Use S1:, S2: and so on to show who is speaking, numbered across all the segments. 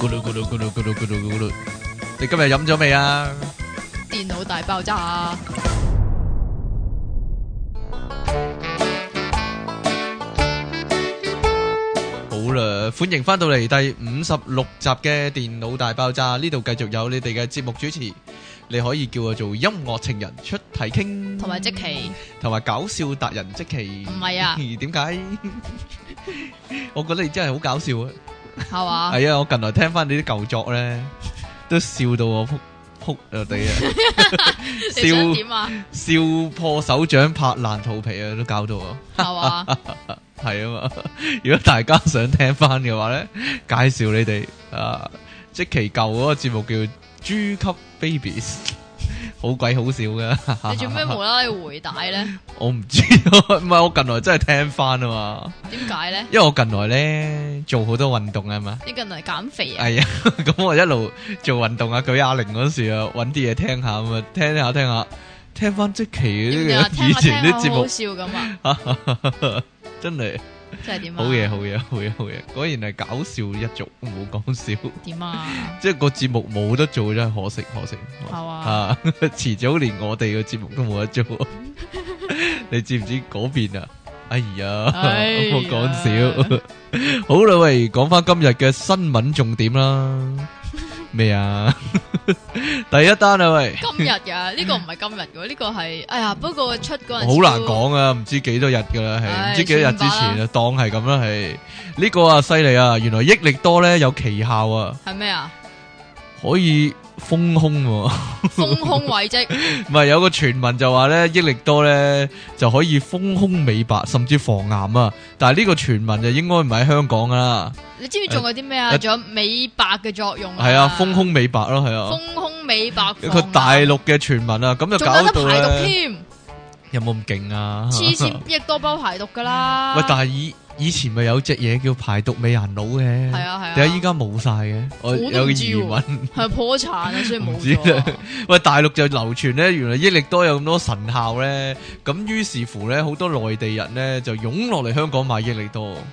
S1: 咕嚕咕嚕咕嚕咕嚕。你今日飲咗未啊？
S2: 電腦大爆炸啊！
S1: 好啦，歡迎翻到嚟第五十六集嘅電腦大爆炸，呢度繼續有你哋嘅節目主持，你可以叫我做音樂情人出體傾，
S2: 同埋即期
S1: 同埋搞笑達人即期。
S2: 唔 係啊
S1: 點解？我覺得你真係好搞笑啊！
S2: 係嘛？
S1: 係啊，我近來聽翻你啲舊作咧，都笑到我哭哭啊地啊！哎
S2: 你想點啊？
S1: 笑破手掌拍爛肚皮啊，都搞到我。
S2: 係 嘛？
S1: 系啊嘛， 如果大家想聽翻嘅話咧，介紹你哋啊，即其舊嗰個節目叫《豬級 Babies》，好鬼好笑噶。
S2: 你做咩無啦啦要回帶咧？
S1: 我唔知， 唔係我近來真係聽翻啊嘛，
S2: 點解咧？
S1: 因為我近來咧做好多運動啊嘛。
S2: 你近嚟減肥啊？
S1: 係啊， 咁我一路做運動啊，舉啞鈴嗰時啊，揾啲嘢聽下咁啊，聽下聽下，聽翻即其呢
S2: 點解啊
S1: 個
S2: 聽
S1: 以
S2: 下聽
S1: 前
S2: 下
S1: 啲
S2: 好
S1: 節
S2: 好
S1: 目，
S2: 笑咁啊？
S1: 真係。
S2: 即係點啊？
S1: 好嘢，好嘢，好嘢，好嘢！果然係搞笑一族，唔好講笑。
S2: 點啊？
S1: 即係個節目冇得做，真係可惜，可惜。
S2: 係嘛？
S1: 啊， 遲早連我哋個節目都冇得 做。你知唔知嗰邊啊？哎呀，
S2: 哎呀
S1: 冇講笑。好啦，喂，講翻今日嘅新聞重點 啦。咩啊？ 第一單啊，喂，
S2: 今日㗎呢個唔係今日嘅，呢個係哎呀，不過出嗰陣時
S1: 好難
S2: 都
S1: 講啊，唔知幾多日噶啦，係
S2: 唉
S1: 唔知幾多日之前啊，當係咁啦，係呢個啊犀利啊，原來益力多咧有奇效啊。
S2: 係咩啊？
S1: 可以豐胸喎，
S2: 豐胸偉績
S1: 唔係有個傳聞就話咧，益力多咧就可以豐胸美白，甚至防癌啊！但係呢個傳聞就應該唔喺香港啦，
S2: 你知唔知仲有啲咩啊？
S1: 誒
S2: 仲有美白嘅作用啊
S1: 係哎啊，豐胸美白咯，係啊，
S2: 豐胸美白
S1: 一個
S2: 防
S1: 大
S2: 癌
S1: 陸嘅傳聞啊，咁就
S2: 仲
S1: 搞
S2: 有
S1: 到
S2: 得排毒
S1: 咧，
S2: 添，
S1: 有冇咁勁啊？
S2: 黐線益多包排毒㗎啦。
S1: 喂，但係以以前咪有隻嘢叫排毒美人佬嘅，
S2: 係啊係
S1: 嗯
S2: 啊
S1: 點解依家冇晒嘅？我
S2: 我都唔
S1: 有個
S2: 知
S1: 疑
S2: 喎
S1: 問。
S2: 係破產啊，所以冇
S1: 唔知
S2: 咗
S1: 啊。喂，大陸就流傳咧，原來益力多有咁多神效咧，咁於是乎咧，好多內地人咧就湧落嚟香港買益力多，唔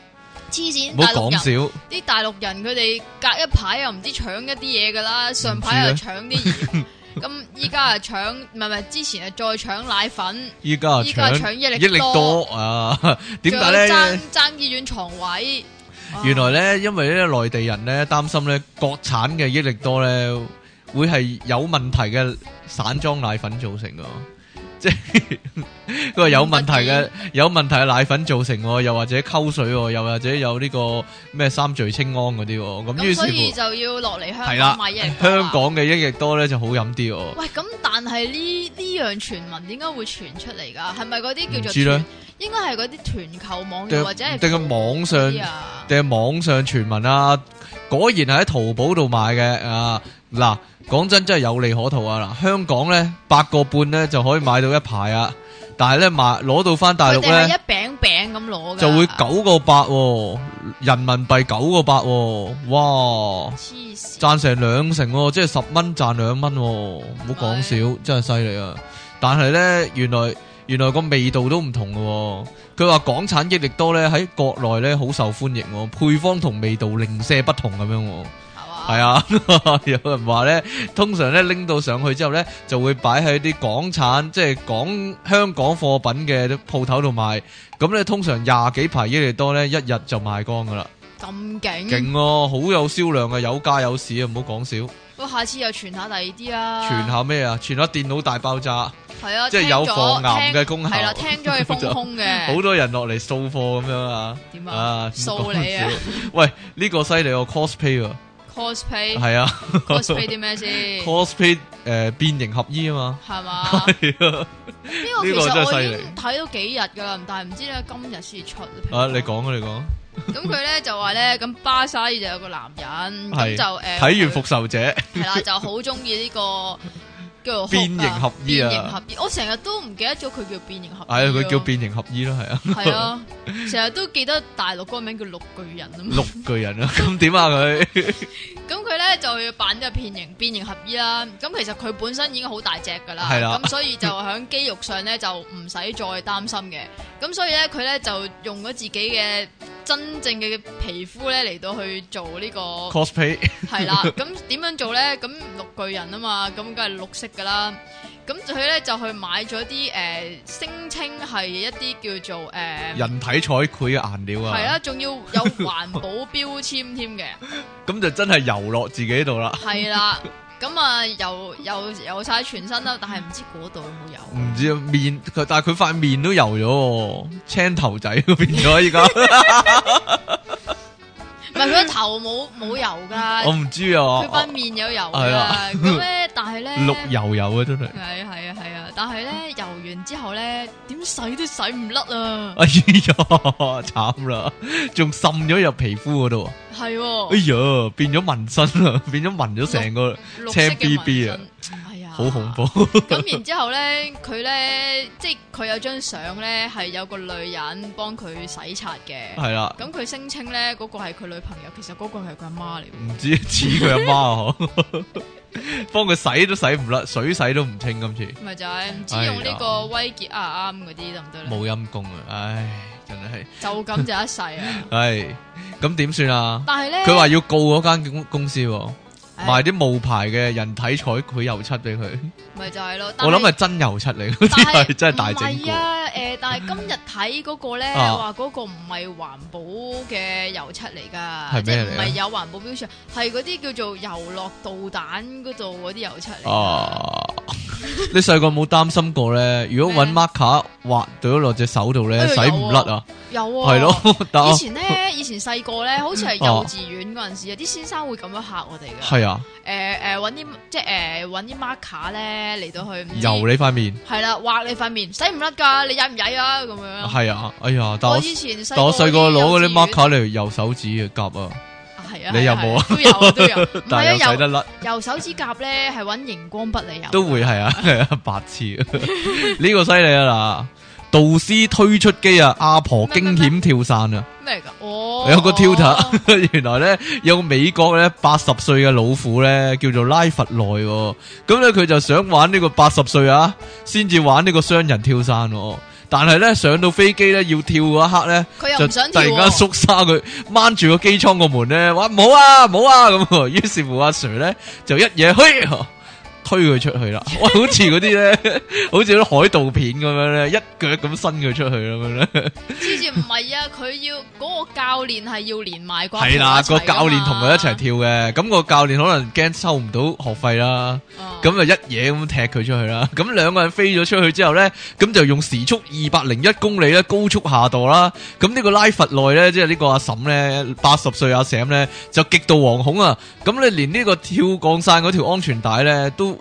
S2: 黐線，
S1: 好
S2: 大陸
S1: 講
S2: 人
S1: 少，
S2: 啲大陸人佢哋隔一排又唔知搶一啲嘢噶啦，上排又
S1: 唔
S2: 搶啲鹽， 咁依家又搶，唔係唔係，之前又再搶奶粉，
S1: 依家啊
S2: 依家
S1: 搶
S2: 搶益
S1: 益力多
S2: 多，
S1: 啊， 點解
S2: 仲有
S1: 咧？
S2: 爭爭醫院床位，啊
S1: 原來咧，因為咧內地人咧擔心咧國產嘅益力多咧會係有問題嘅散裝奶粉造成㗎， 即係佢話有問題
S2: 唔
S1: 嘅
S2: 得
S1: 有問題嘅奶粉造成喎，又或者溝水喎，又或者有呢個咩三聚氰胺嗰啲喎，咁於
S2: 咁
S1: 是
S2: 所以
S1: 乎
S2: 就要落嚟香
S1: 係啦
S2: 港買益力多啦
S1: 香。港嘅益力多咧就好飲啲喎，
S2: 喂，咁但係呢呢樣傳聞點解會傳出嚟㗎？係咪嗰啲叫
S1: 唔
S2: 做
S1: 知咧
S2: 團？應該係嗰啲團購網
S1: 定
S2: 又或者係
S1: 定係網上
S2: 啲啊？
S1: 定係網上傳聞啊，果然係喺淘寶度買嘅啊！嗱，講真真係有利可圖啊！嗱，香港咧八個半咧就可以買到一排啊，但係咧買攞到翻大陸
S2: 佢哋係
S1: 咧
S2: 一餅餅咁攞㗎，
S1: 就會九個八喎，人民幣九個八喎，哇！
S2: 黐線。
S1: 賺成兩成喎、即係十蚊賺兩蚊喎，唔好講少，真係犀利啊！但係呢，原來原來個味道都唔同嘅、喎。佢話港產益力多呢，喺國內呢好受歡迎、喎，配方同味道零舍不同咁樣、喎。
S2: 係嘛？
S1: 係啊， 有人話呢，通常呢拎到上去之後呢，就會擺喺啲港產即係港香港貨品嘅鋪頭度賣。咁呢，通常廿幾排益力多呢，一日就賣光噶啦，
S2: 咁勁，
S1: 勁喎、好有銷量啊，有價有市啊，唔好講少。
S2: 喂，下次又傳下第二啲啊，
S1: 傳下咩啊？傳下電腦大爆炸，
S2: 係啊，
S1: 即係有防癌嘅功效
S2: 係啦，聽咗佢豐胸
S1: 好
S2: 嘅，
S1: 多人落嚟掃貨咁樣啊！
S2: 點啊
S1: 啊，
S2: 掃你啊
S1: 唔講笑！喂，呢個犀利喎，cosplay 啊，
S2: ？cosplay
S1: 係啊
S2: cosplay 啲咩先？
S1: ，cosplay 誒變形合衣啊 嘛，
S2: 係嘛？呢
S1: 係啊，
S2: 個其
S1: 呢個真係
S2: 實我
S1: 犀
S2: 已
S1: 利
S2: 經睇到幾日㗎啦，但係唔知咧今日先出。
S1: 啊你講啊你講，
S2: 咁佢咧就話咧，咁巴西就有個男人，
S1: 係
S2: 咁就誒
S1: 睇完復仇者啊
S2: 佢係啦，就好中意呢個叫做
S1: 變形合衣啊
S2: 變形合衣，我成日都唔記得咗佢叫變形合衣咯。
S1: 係啊佢叫變形合衣啦，係啊，
S2: 系 啊，成日都記得大陸嗰個名叫綠巨人 啊嘛。
S1: 綠巨人啊，咁點啊佢？
S2: 咁佢咧就要扮咗個變形變形合衣啦。咁其實佢本身已經好大隻噶啦，
S1: 係啦
S2: 咁所以就喺肌肉上咧就唔使再擔心嘅。咁所以咧佢咧就用咗自己嘅真正嘅皮膚咧嚟到去做呢、個。
S1: cosplay
S2: 系啦， 咁點樣做咧？咁綠巨人啊嘛，咁梗係綠色噶啦。咁佢咧就去買咗啲诶，声稱係一啲叫做诶，
S1: 人體彩繪嘅顏料
S2: 係
S1: 啊
S2: 啦，，仲要有環保標籤添 嘅，
S1: 咁就真係遊落自己度啦。
S2: 係啦。咁啊，又又又晒全身啦，但係唔知嗰度有冇油。
S1: 唔知啊面，佢但係佢塊面都油咗喎，青頭仔都變咗依 家。
S2: 唔係佢個頭冇冇油噶，
S1: 我唔知啊
S2: 佢，塊面有油
S1: 係
S2: 噶
S1: 啊。
S2: 咁咧，但係咧，
S1: 綠油油啊，真係。
S2: 係啊係啊係啊，但係咧油完之後咧，點洗都洗唔甩啊，
S1: 哎呀，慘啦，仲滲咗入皮膚嗰度啊！
S2: 係喎
S1: 哎。呀，變咗紋身啦， 變咗紋咗成個，
S2: 綠色嘅
S1: 青 BB 啊
S2: 紋身，哎呀，
S1: 好恐！怖。
S2: 咁然之後咧，佢咧即係佢有張相咧，係有個女人幫佢洗刷嘅。
S1: 係啦，
S2: 咁佢聲稱咧，嗰個係佢女朋友，其實嗰個係佢阿媽嚟
S1: 唔知似佢阿媽啊， 幫佢洗都洗唔甩，水洗都唔清今次。
S2: 喎，咪就係唔知
S1: 哎呀
S2: 用呢個威傑啊啱嗰啲得唔得咧？
S1: 冇陰功啊！唉，真係，
S2: 就咁就一世 啊！
S1: 唉，咁點算啊？
S2: 但係咧，
S1: 佢話要告嗰間公公司喎，
S2: 唉
S1: 賣啲冒牌嘅人體彩繪油漆俾佢，
S2: 咪就係咯。但
S1: 我諗係真油漆嚟，嗰
S2: 但
S1: 啲係 真係大整
S2: 唔係
S1: 蠱。
S2: 啊！誒，但係今日睇嗰個咧，
S1: 啊
S2: 話嗰個唔係環保嘅油漆嚟㗎，
S1: 係
S2: 即
S1: 咩
S2: 係
S1: 嚟
S2: 唔
S1: 啊
S2: 係有環保標準，係嗰啲叫做遊樂導彈嗰度嗰啲油漆嚟㗎。
S1: 啊！你細個冇擔心過咧？如果揾
S2: 咩
S1: marker 畫咗落隻手度咧，
S2: 哎呀
S1: 洗唔甩啊？
S2: 有喎，
S1: 係。 咯，啊但
S2: 以
S1: 我
S2: 前咧，以前細個咧，好似係幼稚園嗰陣時，有啲先生會咁樣嚇我哋㗎。
S1: 係啊，
S2: 誒誒，揾啲即係誒揾啲 marker 咧嚟到去唔知
S1: 油你塊面，
S2: 係啦，畫你塊面，洗唔甩㗎，你曳唔曳啊？咁樣。
S1: 係啊，哎呀，但
S2: 我
S1: 我
S2: 以前細
S1: 但我細個攞嗰啲
S2: 幼稚園
S1: marker 嚟油手指嘅夾啊，
S2: 係啊，
S1: 你
S2: 係
S1: 有冇啊
S2: 係都有啊都 有，唔
S1: 但係
S2: 係
S1: 又
S2: 啊，
S1: 洗
S2: 右
S1: 得甩。
S2: 右手指甲咧係揾熒光筆嚟油，
S1: 都會係啊， 係啊，白痴， 呢個犀利啊嗱！導師推出機啊，阿婆驚險跳傘啊！
S2: 咩嚟㗎？哦，
S1: 有個 tutor，
S2: 哦
S1: 原來咧有個美國咧八十歲嘅老虎咧叫做拉佛內喎，咁咧佢就想玩呢個八十歲啊，先至玩呢個雙人跳傘喎。但係咧上到飛機咧要跳嗰一刻咧，
S2: 佢又
S1: 就
S2: 唔想
S1: 突
S2: 跳
S1: 然間
S2: 喎，
S1: 縮沙佢，掹住個機艙個門咧，話唔好啊，唔好啊咁 啊。於是乎阿 Sir 咧就一嘢嘿 推佢出 去啦，哇！好似嗰啲咧，好似啲海盜片咁樣咧，一腳咁伸佢出去咁樣咧，
S2: 之前唔係啊，佢要嗰個教練係要連埋個
S1: 係啦，
S2: 個
S1: 個教練同佢一齊，跳嘅，咁個教練可能驚收唔到學費啦，
S2: 哦
S1: 咁就一嘢咁踢佢出去啦， 咁兩個人飛咗出去之後咧，咁就用時速二百零一公里咧高速下墮啦，咁呢個拉佛內咧，即係呢個阿嬸咧，八十歲阿嬸咧就極度惶恐啊，咁你連呢個跳降傘嗰條安全帶咧都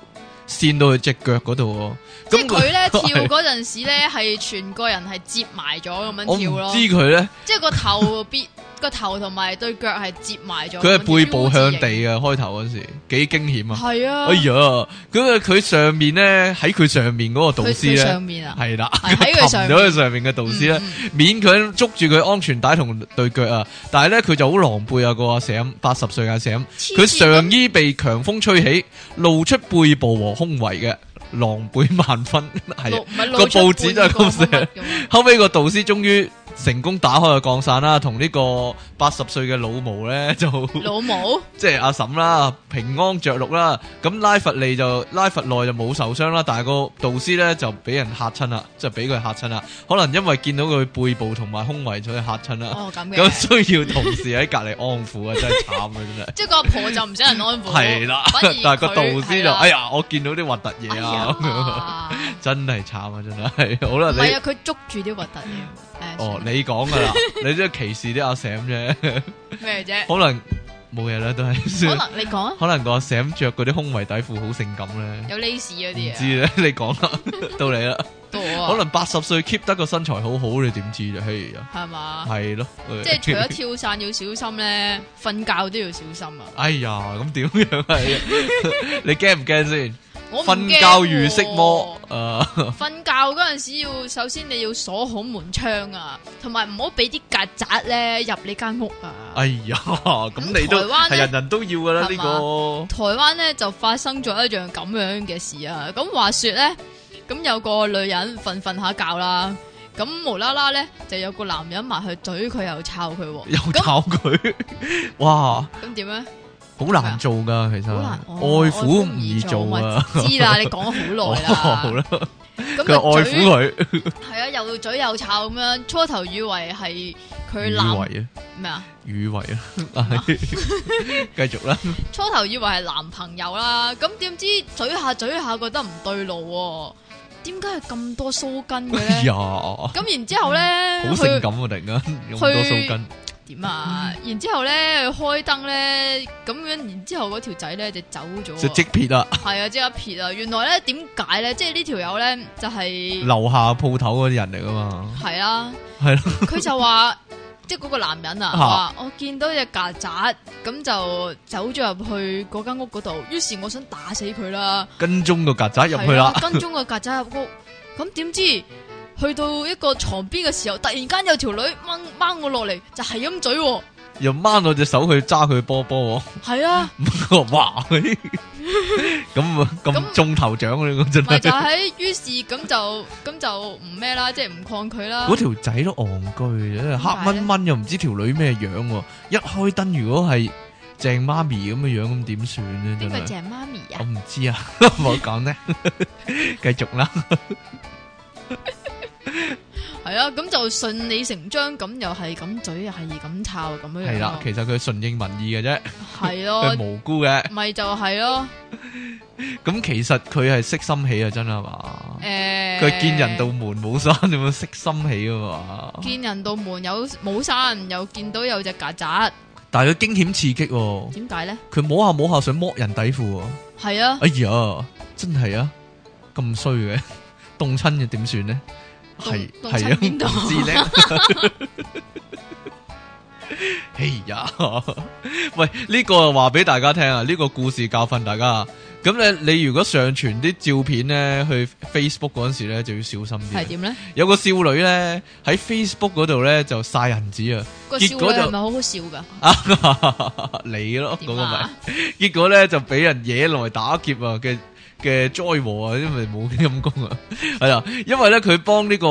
S1: 跣到佢只腳嗰度
S2: 即
S1: 喎，
S2: 係
S1: 咁
S2: 佢咧 跳
S1: 係
S2: 嗰陣時咧係全個人係接埋咗咁
S1: 我唔
S2: 樣跳咯
S1: 知，佢咧，
S2: 即係個頭別個頭同埋對腳係接埋咗，
S1: 佢係
S2: 咁樣
S1: 背部向地
S2: U
S1: 嘅，開頭嗰時幾驚險
S2: 字
S1: 啊！
S2: 形，係啊，
S1: 哎呀，咁啊佢上面咧喺佢上面嗰個導
S2: 佢
S1: 師
S2: 佢
S1: 咧
S2: 上。面啊，
S1: 係啦，
S2: 係喺佢上
S1: 擒
S2: 面
S1: 咗佢上面嘅導師咧，
S2: 嗯，嗯
S1: 勉強捉住佢安全帶同對腳啊！但係咧佢就好狼狽啊，個阿 Sam 八十歲阿 Sam，
S2: 黐
S1: 佢
S2: 線
S1: 上衣被強風吹起，露出背部和胸圍嘅，狼狽萬分。係啊，
S2: 個啊
S1: 個報紙就係咁寫後尾個導師終於成功打開個降傘啦，同呢個八十歲嘅老毛咧就
S2: 老母
S1: 即係阿嬸啦，平安着陸啦。咁拉佛利就拉佛內就冇受傷啦，但係個導師咧就俾人嚇親啦，就俾佢嚇親啦。可能因為見到佢背部同埋胸圍，所以嚇親啦。
S2: 哦咁嘅，
S1: 咁需要同事喺隔離安撫啊，真係慘啊， 真係。
S2: 即係個阿婆就唔使人安撫，
S1: 係啦
S2: 哦反而，
S1: 但係個導師
S2: 佢
S1: 就
S2: 係啦哎
S1: 哎呀，我見到啲核突嘢啊，咁樣
S2: 啊，
S1: 真係慘啊，真係。好 啦，
S2: 唔係啊，
S1: 你
S2: 佢捉住啲核突嘢，唉
S1: 哦，
S2: 算啦
S1: 你講噶啦， 你都係歧視啲阿 Sam 啫，
S2: 咩啫？
S1: 可能冇嘢啦，都係
S2: 可
S1: 算。
S2: 能你講啊，
S1: 可能個阿 Sam 着嗰啲胸圍底褲好性感咧。
S2: 有 lace 嗰
S1: 唔
S2: 啲啊，
S1: 知咧， 你講 啦，到你啦。
S2: 到我啊
S1: 可能八十歲 keep 得個身材好好，你點知啫？嘿呀，
S2: 係嘛？
S1: 係咯，
S2: 即係除咗跳傘要小心咧，瞓覺都要小心啊！
S1: 哎呀，咁點樣 係？你驚唔驚先？
S2: 我唔
S1: 瞓
S2: 驚
S1: 覺如色魔
S2: 喎。，
S1: 誒，
S2: 瞓覺嗰陣時要首先你要鎖好門窗啊，同埋唔好俾啲曱甴咧入你間屋啊！
S1: 哎呀，咁你都
S2: 台灣
S1: 係
S2: 呢
S1: 人人都要噶啦呢
S2: 係嘛
S1: 個。
S2: 台灣咧就發生咗一樣咁樣嘅事啊！咁話說咧，咁有個女人瞓瞓下覺啦，咁無啦啦咧就有個男人埋去嘴佢又抄佢喎，
S1: 又炒佢， 哇，
S2: 咁點咧？
S1: 好難做噶，其實
S2: 好難，
S1: 啊
S2: 哦
S1: 愛
S2: 父
S1: 父唔易做啊。
S2: 知啦，你 講咗好
S1: 好
S2: 耐啦，
S1: 啦，
S2: 咁
S1: 佢
S2: 就
S1: 愛
S2: 嘴
S1: 父佢，
S2: 係啊，又嘴又抄咁樣，初頭以為係佢
S1: 以
S2: 男
S1: 為啊，
S2: 咩啊？
S1: 以為啊， 繼續啦，
S2: 初頭以為係男朋友啦，咁點知嘴下嘴下覺得唔對路喎、點解係咁多鬚根嘅
S1: 哎
S2: 咧？
S1: 呀，好
S2: 咁然之後咧，
S1: 性
S2: 佢
S1: 感啊！突然間咁多鬚根，
S2: 點啊？然之後咧，佢開燈咧，咁樣，然之後嗰條仔咧就走咗
S1: 就即
S2: 喎，
S1: 撇啦，
S2: 係啊，即刻撇啊！原來咧點解咧？即係呢條友咧就係
S1: 樓下鋪頭嗰啲人嚟噶嘛，
S2: 係啦，
S1: 係咯，
S2: 佢就話。即係嗰個男人啊，
S1: 嚇
S2: 話我見到隻曱甴，咁就走咗入去嗰間屋嗰度，於是我想打死佢啦。
S1: 跟蹤個曱甴入去啦
S2: 係啊，跟蹤個曱甴入屋，咁點知去到一個床邊嘅時候，突然間有條女掹掹我落嚟，就係咁嘴喎，
S1: 又掹我隻手去揸佢波波喎。
S2: 係啊，
S1: 哇！咁咁
S2: 咁
S1: 中頭獎啊呢個真
S2: 咪就
S1: 係，
S2: 喺於是咁就咁就唔咩啦，即係唔抗拒啦
S1: 嗰，條仔都戇居嘅，黑蚊蚊又唔知條女咩樣喎。一開燈如果係鄭媽咪咁嘅樣，咁點算呢？
S2: 邊
S1: 真
S2: 個
S1: 係
S2: 鄭媽咪
S1: 我
S2: 啊？
S1: 唔知啊， 我講 呢，繼續啦，
S2: 係啊，咁就順理成章咁又係咁嘴，又係咁抄咁樣
S1: 係
S2: 樣
S1: 啦
S2: 咯，，
S1: 其實佢順應民意嘅啫，
S2: 係
S1: 佢
S2: 咯，
S1: 無辜嘅。
S2: 咪就係咯，
S1: 咁其實佢係識心起啊，真係嘛？
S2: 誒，
S1: 佢見人道門冇山咁樣識心起啊嘛，
S2: 見人道門有冇山，又見到有隻曱甴，
S1: 但係佢驚險刺激喎，
S2: 點解咧？
S1: 佢摸下摸下想剝人底褲喎。
S2: 係啊，
S1: 哎呀，真係啊，咁衰嘅，凍親嘅點算呢？係
S2: 凍
S1: 係
S2: 凍親邊度
S1: 啊，唔知 咧。哎呀，喂，呢、個話俾大家聽啊，呢、個故事教訓大家。啊咁咧，你如果上傳啲照片咧去 Facebook 嗰陣時咧，就要小心
S2: 係
S1: 啲。
S2: 點咧？
S1: 有個少女咧喺 Facebook 嗰度咧就晒銀紙啊，
S2: 個
S1: 結
S2: 笑
S1: 果
S2: 女
S1: 就
S2: 係咪好好笑噶？
S1: 你咯嗰
S2: 點
S1: 個咪
S2: 啊？。
S1: 结果咧就俾人惹來打劫啊嘅嘅災禍啊，因為冇陰公啊， 係啦，因為咧佢幫呢個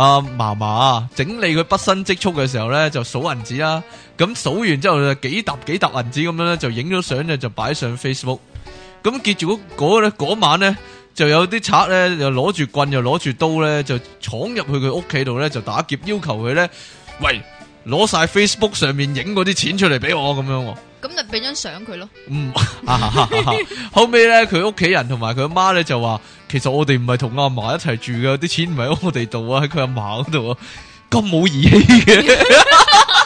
S1: 阿嫲嫲啊整理佢畢生積蓄嘅時候咧，就數銀紙啦，咁數完之後就幾沓幾沓銀紙咁樣咧，就影咗相咧就擺上 Facebook，咁結住嗰咧嗰晚咧。就有啲賊咧，就攞住棍，又攞住刀咧，就闖入去佢屋企度咧，就打劫，要求佢咧，喂，攞晒 Facebook 上面影嗰啲錢出嚟俾我咁樣喎。
S2: 咁就俾張相佢咯，
S1: 嗯， 後尾咧，佢屋企人同埋佢阿媽咧就話，其實我哋唔係同阿嫲一齊住嘅，啲錢唔喺我哋度啊，喺佢阿嫲嗰度啊，咁冇義氣嘅，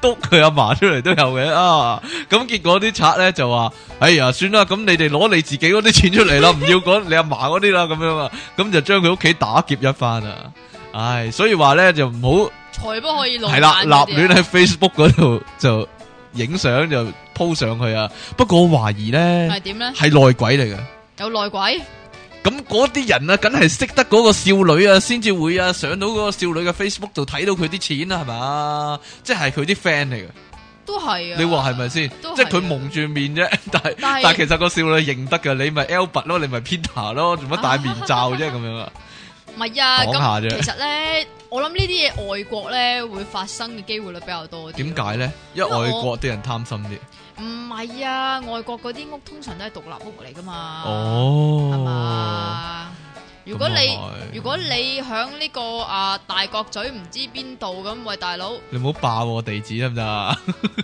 S1: 督佢阿嫲出嚟都有嘅啊！咁結果啲賊咧就話：哎呀，算啦，咁你哋攞你自己嗰啲錢出嚟啦，唔要嗰你阿嫲嗰啲啦，咁樣啊，咁就將佢屋企打劫一番啊！唉，所以話咧就唔好。
S2: 財不可以露
S1: 系啦，
S2: 眼
S1: 立
S2: 嗰啲
S1: 亂
S2: 啊
S1: 喺 Facebook 嗰度就影相就 po 上去啊。不過我懷疑咧
S2: 係點咧？
S1: 係內鬼嚟嘅。
S2: 有內鬼，
S1: 咁嗰啲人啊，梗係識得嗰個少女啊，先至會啊上到嗰個少女嘅 Facebook 度睇到佢啲錢啦，係嘛？即係佢啲 friend 嚟嘅。
S2: 都係啊！
S1: 你話係咪先？
S2: 都係
S1: 即係佢蒙住面啫， 但係
S2: 但係
S1: 但係其實個少女認得㗎，你咪 Albert 咯，你咪 Peter 咯，做乜戴面罩啫咁樣啊？
S2: 唔係啊？
S1: 講下啫
S2: 咁其實咧，我諗呢啲嘢外國咧會發生嘅機會率比較多啲。
S1: 點解？咧？因為
S2: 因為
S1: 外
S2: 我
S1: 國啲人貪心啲。
S2: 唔係啊，外國嗰啲屋通常都係獨立屋嚟噶嘛。，係
S1: 哦，
S2: 嘛？如果
S1: 咁
S2: 你
S1: 啊係
S2: 如果你響呢個啊大角咀唔知邊度咁，喂 大佬，
S1: 你唔好霸我地址得唔得啊？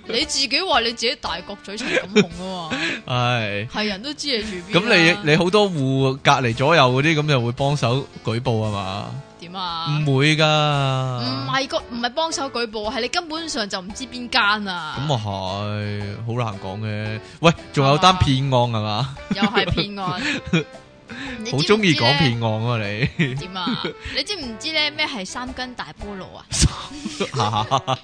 S2: 你自己話你自己大角咀陳錦紅啊嘛，
S1: 唉，
S2: 係人都知你住邊啦。
S1: 咁你你好多户隔離左右嗰啲，咁就會幫手舉報啊
S2: 點
S1: 嘛？
S2: 啊？
S1: 唔會噶，
S2: 唔
S1: 咁啊
S2: 係個唔係幫手舉報，係你根本上就唔知邊間啊！
S1: 係，好難講嘅。喂，仲有單騙案係嘛？
S2: 又係 騙案，啊你知唔
S1: 好
S2: 知
S1: 中意講
S2: 呢
S1: 騙案啊你。
S2: 點啊？ 你知唔知咧咩係三斤大菠蘿啊？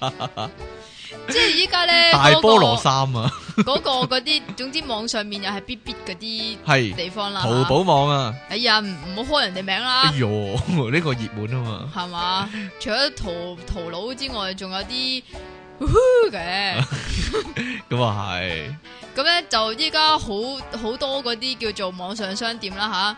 S2: 即係依家咧
S1: 大菠蘿
S2: 嗰
S1: 衫啊，
S2: 個 嗰個嗰啲，總之網上面又係必必嗰啲
S1: 係
S2: 地方啦。
S1: 淘寶網啊。
S2: 哎呀，唔唔好開人哋名
S1: 哎
S2: 啦，
S1: 呦， 呢個熱門啊嘛。
S2: 係嘛？除咗淘淘佬之外，仲有 啲嘅。
S1: 咁啊係，
S2: 咁咧就依家好好多嗰啲叫做網上商店啦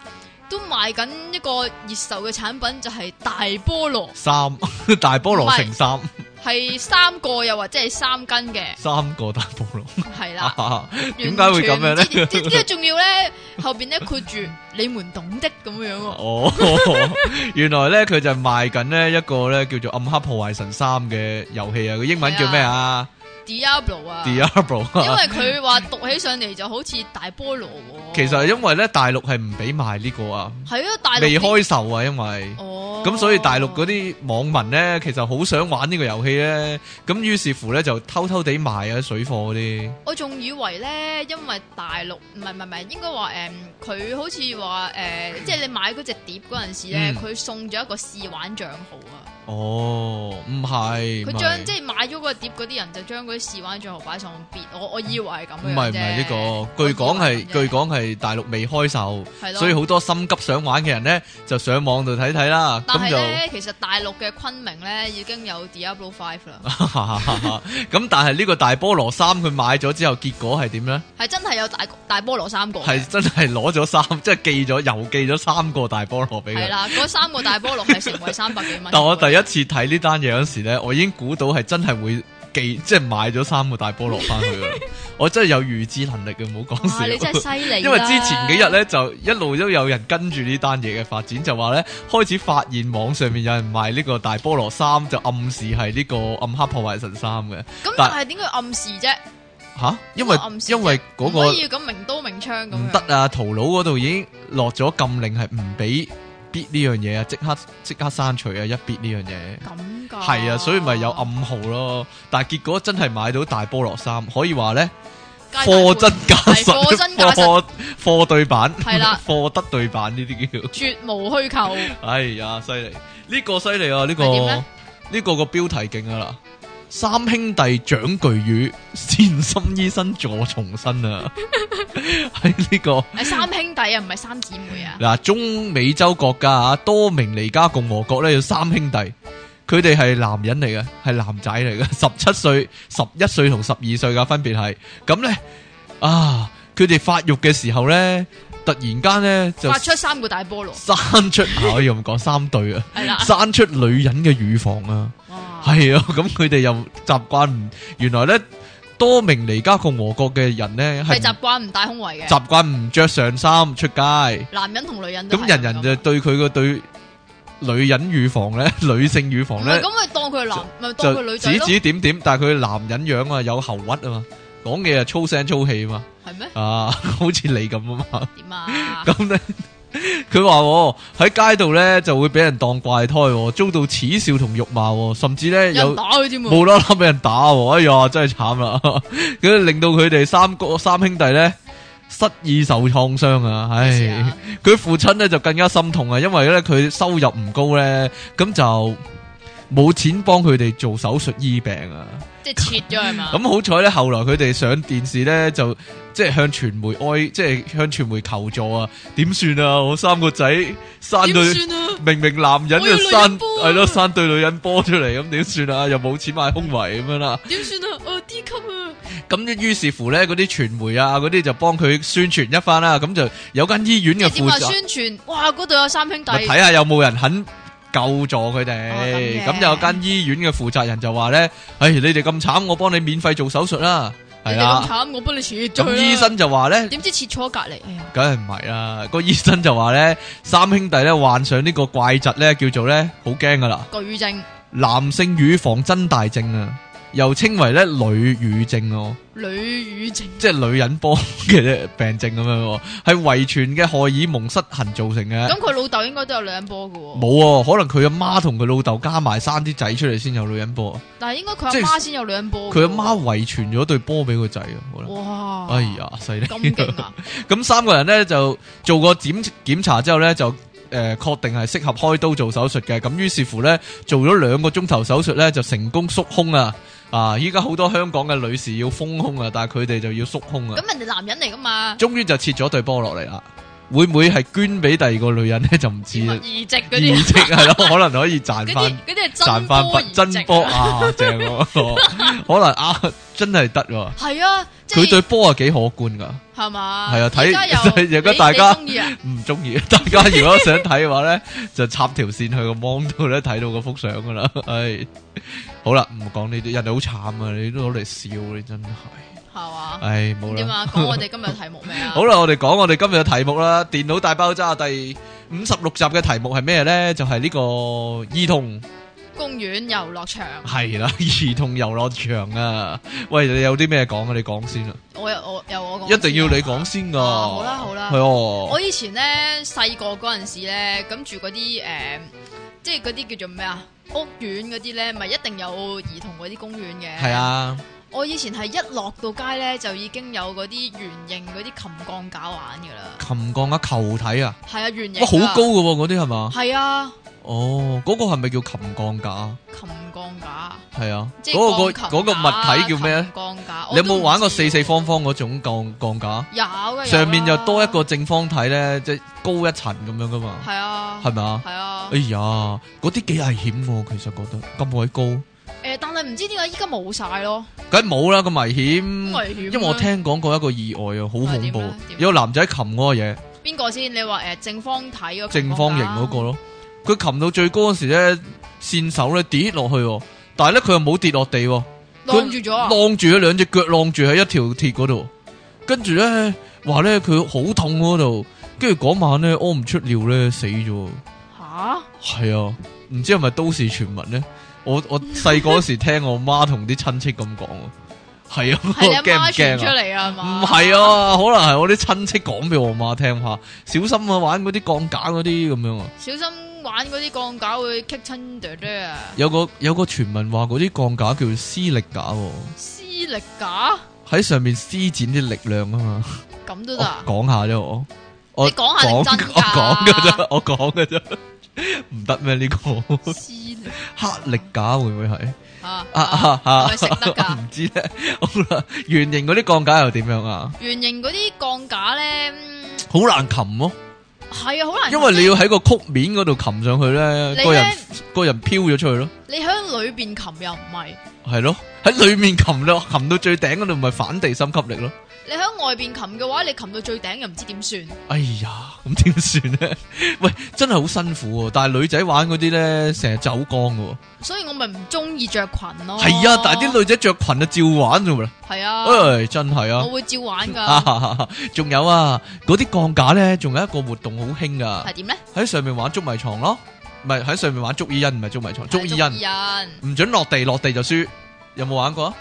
S2: 都賣緊一個熱售嘅產品，就係大菠蘿，
S1: 三 大菠
S2: 唔
S1: 蘿
S2: 係
S1: 成三，
S2: 係三個又或者係三斤嘅
S1: 三個大菠蘿。
S2: 係啦。
S1: 點解會咁樣
S2: 完全唔
S1: 咧？
S2: 知呢個仲要咧後邊咧括住你們懂的咁樣喎。
S1: 哦，原來咧佢就係賣緊呢一個咧叫做《暗黑破壞神三》嘅遊戲啊，個英文叫咩啊
S2: Diablo 啊，
S1: ？Diablo
S2: 因
S1: 啊。
S2: 為佢話讀起上嚟就好似大菠蘿喎。
S1: 其實係因為咧大陸係唔俾賣呢個啊，
S2: 係啊，大陸
S1: 未
S2: 啲
S1: 開售啊，因為。
S2: 哦，
S1: 咁所以大陸嗰啲網民咧，其實好想玩呢個遊戲咧，咁於是乎咧就偷偷地賣啊水貨嗰啲，
S2: 我仲以為咧，因為大陸唔係唔係唔係，應該話誒，嗯佢、好似話誒，即係你買嗰只碟嗰陣時咧，
S1: 嗯
S2: 佢、送咗一個試玩帳號啊，
S1: 哦，唔係，
S2: 佢
S1: 唔
S2: 將
S1: 係
S2: 即係買咗嗰碟嗰啲人就將嗰啲試玩帳號擺上別，我我以為係咁樣
S1: 唔係唔係呢個，據講係據講係大陸未開售，
S2: 講
S1: 所以好多心急想玩嘅人咧就上網度睇睇啦，
S2: 但
S1: 咁
S2: 係
S1: 就
S2: 咧，其實大陸嘅昆明咧已經有 Diablo Five 啦，
S1: 咁。但係呢個大菠蘿三佢買咗之後，結果係點咧？
S2: 係真係有大大菠蘿三個嘅，
S1: 係真係攞咗三，即係寄咗郵寄咗三個大菠蘿俾
S2: 係
S1: 佢。
S2: 啦，嗰三個大菠蘿係成為三百幾蚊。
S1: 但我第一次睇呢單嘢嗰時咧，我已經估到係真係會寄，即係買咗三個大菠蘿翻去㗎 啦。我真係有預知能力嘅，唔好講
S2: 哇
S1: 笑。
S2: 你真係犀利啦，
S1: 因為之前幾日咧就一路都有人跟住呢單嘢嘅發展，就話咧開始發現網上面有人賣呢個大菠蘿衫，就暗示係呢個暗黑破壞神三嘅
S2: 咁
S1: 但
S2: 但係點解暗示啫？
S1: 吓，因為
S2: 咁我哦暗示
S1: 因為
S2: 唔
S1: 嗰
S2: 可
S1: 個
S2: 以咁明刀明槍咁
S1: 唔
S2: 樣
S1: 得啊，淘佬嗰度已經落咗禁令，係唔俾 bid 呢樣嘢啊，即刻即刻刪除啊，一 bid 呢樣嘢。
S2: 咁噶？
S1: 係啊，所以咪有暗號咯，但係結果真係買到大菠蘿衫，可以話咧
S2: 皆大
S1: 貨真價實，
S2: 係貨真價實
S1: 貨貨對版，
S2: 係啦，
S1: 貨得對版呢啲叫。
S2: 絕無虛構，
S1: 哎呀，犀利！呢、個犀利啊，呢、個
S2: 係點呢
S1: 呢個個標題勁啊啦！三兄弟長巨乳，善心醫生助重生啊！ 喺呢、個
S2: 係三兄弟啊，唔係三姊妹啊。
S1: 嗱中美洲國家啊，多明尼加共和國咧有三兄弟，佢哋係男人嚟嘅，係男仔嚟嘅， 十七歲、十一歲同十二歲噶分別係。咁咧啊，佢哋發育嘅時候咧，突然間咧就
S2: 發出三個大菠蘿，
S1: 生出， 啊我又唔講三對啊。
S2: 係啦，
S1: 生出女人嘅乳房啊，
S2: 哇，
S1: 係啊， 咁佢哋又習慣唔，原來咧多明尼加共和國嘅人咧
S2: 係
S1: 係
S2: 習慣唔戴胸圍嘅，
S1: 習慣唔着上衫出街，咁
S2: 男人同女人都係
S1: 人人就
S2: 咁
S1: 對佢個對女人乳房咧、 女性乳
S2: 唔
S1: 房
S2: 係
S1: 咧
S2: 咁咪當佢係男，咪當佢
S1: 就
S2: 女仔
S1: 指
S2: 咯，
S1: 指點點，但係佢男人樣啊，有喉核啊嘛，講嘢啊粗聲粗氣啊嘛，
S2: 係咩？
S1: 啊， 好似你咁啊嘛。
S2: 點啊？
S1: 咁咧，佢話喎喺街度咧就會俾人當怪胎喎，遭到恥笑同辱罵喎，甚至咧
S2: 有人
S1: 有
S2: 打佢添 喎，
S1: 冇啦啦俾人打喎，哎呀真係慘啦！ 咁令到佢哋三個三兄弟咧失意受創傷啊，
S2: 咩事啊
S1: 唉！佢父親咧就更加心痛啊，因為咧佢收入唔高咧，咁就冇錢幫佢哋做手術醫病啊。
S2: 即係切咗係嘛？
S1: 咁好彩咧，後來佢哋上電視咧，就即係向傳媒哀，即係向傳媒求助啊！點算啊？我三個仔生到
S2: 點算啊？
S1: 明明男人
S2: 我
S1: 就
S2: 要女人
S1: 生
S2: 波啊
S1: 係咯，生對女人波出嚟，咁點算啊？又冇錢買胸圍咁樣啦。
S2: 點算啊？我 D 級啊！
S1: 咁於是乎咧，嗰啲傳媒啊，嗰啲就幫佢宣傳一番啦。咁就有間醫院
S2: 即
S1: 嘅
S2: 係點
S1: 負
S2: 啊？
S1: 責。
S2: 宣傳哇！嗰度有三兄弟，
S1: 咪睇下啊有冇人肯救助佢哋。
S2: 哦咁嘅
S1: 咁、有間醫院嘅負責人就話咧：，唉、你哋咁慘，我幫你免費做手術啦。
S2: 你
S1: 係
S2: 哋
S1: 啦
S2: 咁。慘，我幫你切
S1: 咁
S2: 咗佢啦。
S1: 醫生就話咧，
S2: 點知切錯隔離？哎呀！
S1: 梗係唔係啦。個醫生就話咧，三兄弟咧患上呢個怪疾咧，叫做咧好驚噶啦，
S2: 巨症、
S1: 男性乳房增大症啊，又稱為咧女乳症哦，
S2: 女乳症，
S1: 即係女人波嘅病症咁樣喎，係遺傳嘅荷爾蒙失衡造成嘅
S2: 咁。佢老豆應該都有女人波嘅喎，
S1: 冇啊，可能佢阿媽同佢老豆加埋生啲仔出嚟先有女人波，
S2: 但係應該佢阿
S1: 即係
S2: 媽先有女人波。
S1: 佢阿媽，遺傳咗對波俾個仔啊，可能。
S2: 哇！
S1: 哎，呀，犀利！
S2: 咁勁 啊！
S1: 咁三個人咧就做過檢檢查之後咧就誒、呃、確定係適合開刀做手術嘅，咁於是乎咧做咗兩個鐘頭手術咧就成功縮胸啊！啊！依家好多香港嘅女士要豐胸啊，但係佢哋就要縮胸啊，
S2: 咁人哋男人嚟噶嘛？
S1: 終於就切咗對波落嚟啦。會唔會係捐俾第二個女人咧？就唔知
S2: 移
S1: 啦。
S2: 移植 嗰
S1: 移
S2: 啲，
S1: 植係 咯，可能可以賺
S2: 嗰
S1: 翻
S2: 啲嗰啲係
S1: 賺
S2: 真
S1: 翻
S2: 波移植啊
S1: 真波啊，正 喎！可能啊，真係得喎。
S2: 係啊，即
S1: 佢對
S2: 係
S1: 波啊幾可觀噶，
S2: 系嘛？
S1: 係啊睇
S2: 而家 又
S1: 而家大家
S2: 你你中意啊？
S1: 唔中意。 大家如果想睇嘅話咧，就插條線去個 mon 度咧，睇到個幅相噶啦。 唉，好啦，唔講呢啲，人哋好慘啊！你都攞嚟笑，你真係，
S2: 系嘛？
S1: 唉，冇
S2: 点
S1: 啦。
S2: 啊？讲我哋今日題目未 啊？
S1: 好啦，我哋講我哋今日嘅題目啦，《電腦大爆炸》第五十六集嘅題目係咩咧？就係呢個兒童
S2: 公園遊樂場，
S1: 係啦， 兒童遊樂場啊。喂，你有啲咩講啊？你講先啦，
S2: 我有我有我講
S1: 一定要你
S2: 先啊
S1: 講先噶。
S2: 哦好啦好啦
S1: 係哦。
S2: 我以前咧細個嗰陣時咧，咁住嗰啲誒，即係嗰啲叫做咩啊？屋苑嗰啲咧，咪一定有兒童嗰啲公園嘅。
S1: 係。啊，
S2: 我以前係一落到街咧，就已經有嗰啲圓形嗰啲琴鋼架玩噶啦。
S1: 琴鋼啊，球體啊，
S2: 係啊，圓形。
S1: 哇，好高噶。喎，嗰啲係嘛？
S2: 係啊，
S1: 哦，嗰、個係咪叫琴鋼架啊？
S2: 琴鋼架，
S1: 係啊，
S2: 即係
S1: 嗰、個
S2: 鋼琴
S1: 嗰、個物體叫咩咧？
S2: 架啊琴鋼架。
S1: 你有冇玩過
S2: 過
S1: 四四方？方嗰種鋼鋼架？
S2: 有啊嘅。
S1: 上面又多一個。正方體咧，即係高一層咁樣噶嘛，
S2: 係啊。
S1: 係咪啊？
S2: 係啊
S1: 哎。呀，嗰啲幾危險喎，其實覺得咁鬼高，
S2: 誒，但係唔知點解依家冇晒咯，
S1: 梗係冇啦咁危險。
S2: 好危險啊。
S1: 因為我聽講過一個意外啊，好
S2: 係
S1: 恐
S2: 點
S1: 怖
S2: 啊點，啊
S1: 有個男仔擒嗰個嘢。
S2: 邊個先？你話誒正方體嗰個啊
S1: 正方形嗰個咯。佢擒到最高嗰時咧，線手咧跌落去喎，但係咧佢又冇跌落地喎，佢
S2: 晾住咗啊！
S1: 晾住佢兩隻腳晾住喺一條鐵嗰度，跟住咧話咧佢好痛嗰度，跟住嗰晚咧屙唔出尿咧死咗，
S2: 吓，
S1: 係啊，唔知係咪都市傳聞咧？我我細個嗰時聽我媽同啲親戚咁講喎， 係啊，
S2: 係你阿
S1: 驚唔
S2: 媽傳出
S1: 驚啊？
S2: 嚟啊係嘛？
S1: 唔係，啊，可能係我啲親戚講俾我媽聽下，小心啊玩嗰啲鋼架嗰啲咁樣啊。
S2: 小心玩嗰啲鋼架會棘親爹爹啊！
S1: 有個有個傳聞話嗰啲鋼架叫施力架喎，
S2: 施力架
S1: 喺上面施展啲力量啊嘛。
S2: 咁都
S1: 我
S2: 得啊？
S1: 講下啫，我我
S2: 你講下你
S1: 講
S2: 真
S1: 我講嘅
S2: 㗎
S1: 啫，我講嘅啫， 唔得咩呢個
S2: 施力
S1: 黑力架會唔會係
S2: 啊
S1: 啊啊啊
S2: 係咪食得 㗎
S1: 唔知咧。好啦，圓形嗰啲鋼架又點樣啊？
S2: 圓形嗰啲鋼架咧，嗯
S1: 好難擒咯，
S2: 係啊，好難。
S1: 因為你要喺個曲面嗰度擒上去咧，
S2: 你
S1: 個人
S2: 咧，
S1: 個人飄咗出去咯，
S2: 你喺裏邊擒又唔係，
S1: 係咯，喺裏面擒咯，擒到最頂嗰度咪反地心吸力咯。
S2: 你喺外邊擒嘅話，你擒到最頂又唔知點算。
S1: 哎呀，咁點算咧？ 喂，真係好辛苦喎！但係女仔玩嗰啲咧，成日走光嘅喎。
S2: 所以我咪唔中意着裙咯。
S1: 係啊，但係啲女仔着裙啊，照玩啫嘛。
S2: 係哦啊，
S1: 唉，真係
S2: 我
S1: 啊。
S2: 會照玩㗎。
S1: 啊仲有啊，嗰啲鋼架咧，仲有一個活動好興噶
S2: 係，點咧？
S1: 喺上面玩捉迷藏咯，唔係喺上面玩捉伊人，唔係捉迷藏，捉伊人，
S2: 啊人。
S1: 唔准落地，落地就輸。有冇玩過啊？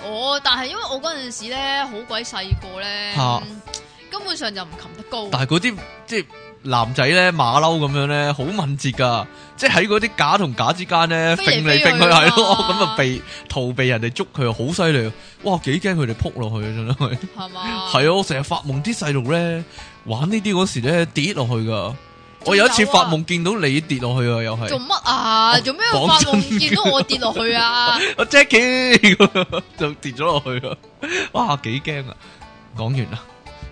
S2: 哦，但係因為我嗰陣時咧好鬼細個咧
S1: 嚇，
S2: 根本上就唔擒得高。
S1: 但係嗰啲即係男仔咧馬騮咁樣咧，好敏捷噶，即係喺嗰啲架同架之間咧，
S2: 飛
S1: 揈
S2: 嚟
S1: 嚟
S2: 飛去
S1: 揈去係咯，
S2: 啊
S1: 咁啊避逃避人哋捉佢，好犀利啊！哇，幾驚佢哋撲落去啊，真係
S2: 係嘛？
S1: 係啊！我成日發夢啲細路咧玩呢啲嗰時咧跌落去噶，我有一次
S2: 仲有啊
S1: 發夢見到你跌落去啊，又係
S2: 做乜啊？做咩
S1: 講
S2: 發
S1: 真
S2: 夢見到我跌落 去啊？
S1: 我 Jackie 咁樣 就跌咗落去啊！哇，幾驚啊！講完啦。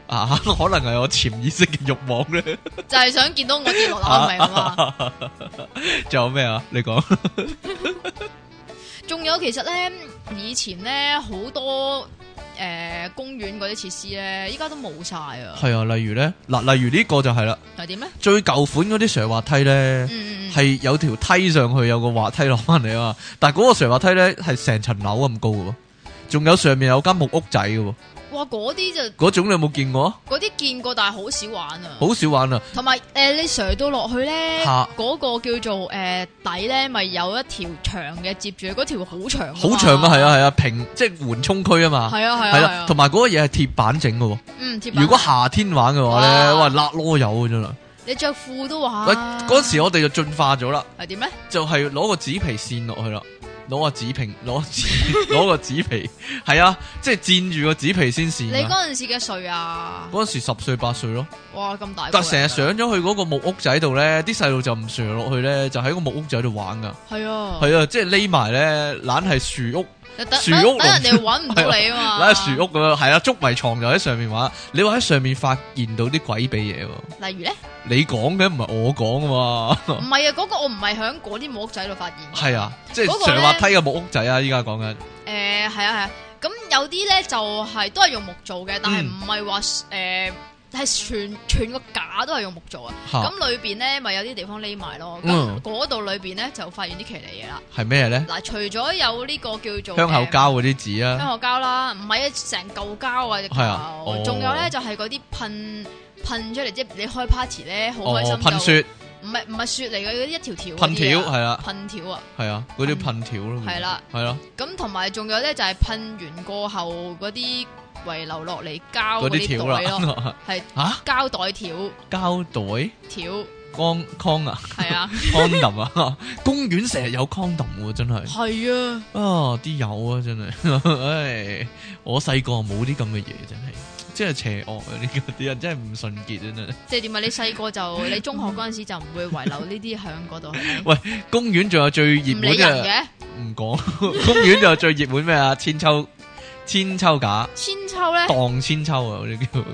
S1: 啊， 可能係我潛意識嘅慾望咧，
S2: 就係想見到我跌落啊
S1: 啊
S2: 樓，明嘛？
S1: 仲有咩啊？你講。
S2: 仲有其實咧，以前咧好多誒公園嗰啲設施咧，依家都冇晒啊。
S1: 系啊，例如咧，嗱，例如呢個就係啦，
S2: 係點咧？
S1: 最舊款嗰啲斜滑梯咧，
S2: 嗯，嗯嗯
S1: 係有條梯上去，有個滑梯落翻嚟啊嘛。但系嗰個斜滑梯咧係成層樓咁高嘅喎，仲有上面有間木屋仔嘅喎，
S2: 哇！嗰啲就
S1: 嗰種你有冇見過啊？
S2: 嗰啲見過，但係好少玩啊。
S1: 好少玩啊，
S2: 同埋誒，你垂到落去咧，
S1: 嚇
S2: 嗰個叫做誒、底咧，咪有一條長嘅接住，嗰條好長，
S1: 好長啊，係啊，係啊，平即係緩衝區啊嘛，
S2: 係啊，係啊，
S1: 係
S2: 係
S1: 啦，
S2: 啊，
S1: 同埋嗰個嘢係鐵板整嘅喎。
S2: 嗯，貼
S1: 如果夏天玩嘅話咧，
S2: 哇
S1: 哇，揦啰柚啊真係。
S2: 你着褲都
S1: 喂
S2: 話，，
S1: 嗰時我啊哋就進化咗啦。
S2: 係點咧？
S1: 就係攞個紙皮線落去啦，攞個紙皮，攞個 紙，攞個紙皮，係啊，即係墊住個紙皮先
S2: 你
S1: 線啊。
S2: 嗰陣時嘅歲啊，
S1: 嗰陣時十歲八歲咯，
S2: 哇咁大個人啊，
S1: 但成日上咗去嗰個木屋仔度咧，啲細路就唔上落去咧，就喺個木屋仔度玩噶，
S2: 係啊，
S1: 係啊，即係匿埋咧，懶係樹屋，
S2: 等等
S1: 樹屋
S2: 等人哋揾唔到你啊嘛，
S1: 懶係樹屋咁樣，係啊，捉迷藏就喺上面玩。你話喺上面發現到啲鬼秘嘢喎，
S2: 例如咧，
S1: 你講嘅唔係我講啊嘛，
S2: 唔係啊，嗰個我唔係喺嗰啲木屋仔度發現，
S1: 係啊，即
S2: 嗰
S1: 係
S2: 個呢
S1: 上滑梯嘅木屋仔啊，依家講緊
S2: 誒係啊係啊，咁有啲咧就係都係用木做嘅，但係
S1: 嗯
S2: 唔係話誒係全全個架都係用木做啊。
S1: 吓
S2: 咁裏邊咧咪有啲地方匿埋咯。
S1: 嗯
S2: 咁嗰度裏邊咧就發現啲奇離嘢啦。
S1: 係咩咧？
S2: 嗱，除咗有呢個叫做
S1: 香口
S2: 誒
S1: 膠嗰啲紙啊，
S2: 香口膠啦，唔係啊，成嚿膠啊隻
S1: 係啊哦
S2: 球，仲有咧就係嗰啲噴噴出嚟，即係你開 party 咧好
S1: 哦
S2: 開心，
S1: 噴，雪
S2: 唔係唔係雪嚟嘅，嗰啲一條條嗰
S1: 噴條
S2: 啲啊
S1: 係啦，
S2: 噴條啊，
S1: 係啊，嗰啲
S2: 噴
S1: 噴條咯，
S2: 係啦，
S1: 係啦，
S2: 咁同埋仲有咧就係噴完過後嗰啲遺留落嚟膠
S1: 嗰啲條
S2: 啲袋咯，
S1: 啦，
S2: 係
S1: 吓
S2: 膠袋條
S1: 膠袋
S2: 條，
S1: con con 啊
S2: 係啊，
S1: condom 啊， 公園成日有 condom 喎，真係。
S2: 係啊，
S1: 啊！啲有啊，真係， 唉，我細個冇啲咁嘅嘢，真係，真係邪惡啊！呢個啲人真係唔純潔，真係。
S2: 即係點啊？你細個就你中學嗰陣時就唔會遺留呢啲喺嗰度，係咪？
S1: 公園仲有最熱
S2: 唔
S1: 門
S2: 理人
S1: 嘅，
S2: 嘅
S1: 唔講。 公園仲有最熱門咩啊？千秋千秋架，
S2: 千秋咧，
S1: 蕩千秋啊！嗰啲叫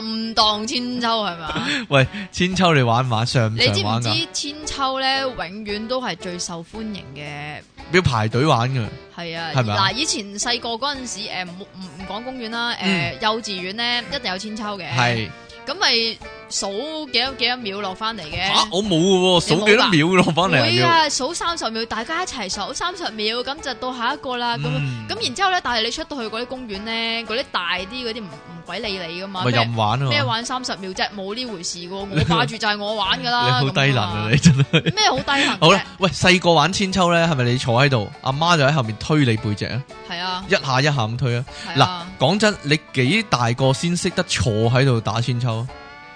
S2: 任蕩千秋係咪？啊
S1: 千秋，你玩唔玩？上唔
S2: 你知
S1: 上
S2: 唔
S1: 玩噶？
S2: 知千秋咧，永遠都係最受歡迎嘅，
S1: 要排隊玩噶，
S2: 係啊。
S1: 係咪啊
S2: 嗱，以前細個嗰陣時，誒唔唔唔講公園啦，誒幼稚園咧一定有千秋嘅，
S1: 嗯係
S2: 咁咪數幾多幾多秒落翻嚟
S1: 吓
S2: 嘅。
S1: 我冇嘅喎，
S2: 你冇
S1: 數幾多
S2: 㗎
S1: 秒落翻嚟啊
S2: 會
S1: 要。
S2: 啊，數三十秒，大家一齊數三十秒，咁就到下一個啦。咁啊
S1: 嗯
S2: 咁然之後咧，但係你出到去嗰啲公園咧，嗰啲大啲嗰啲唔唔鬼理你噶嘛，
S1: 咪
S2: 咩
S1: 任玩啊
S2: 咩
S1: 嘛！
S2: 玩三十秒啫，冇呢回事 喎。我霸住就係我玩噶
S1: 你
S2: 啦。
S1: 好低能啊！你 真係。
S2: 你咩好低能
S1: 好
S2: 啫
S1: 啦？，喂，細個玩千秋咧，係咪你坐喺度，阿媽就喺後面推你背脊啊，
S2: 係啊，
S1: 一下一下咁推啊？
S2: 係啊。
S1: 講真，你幾大個先識得坐喺度打千秋啊？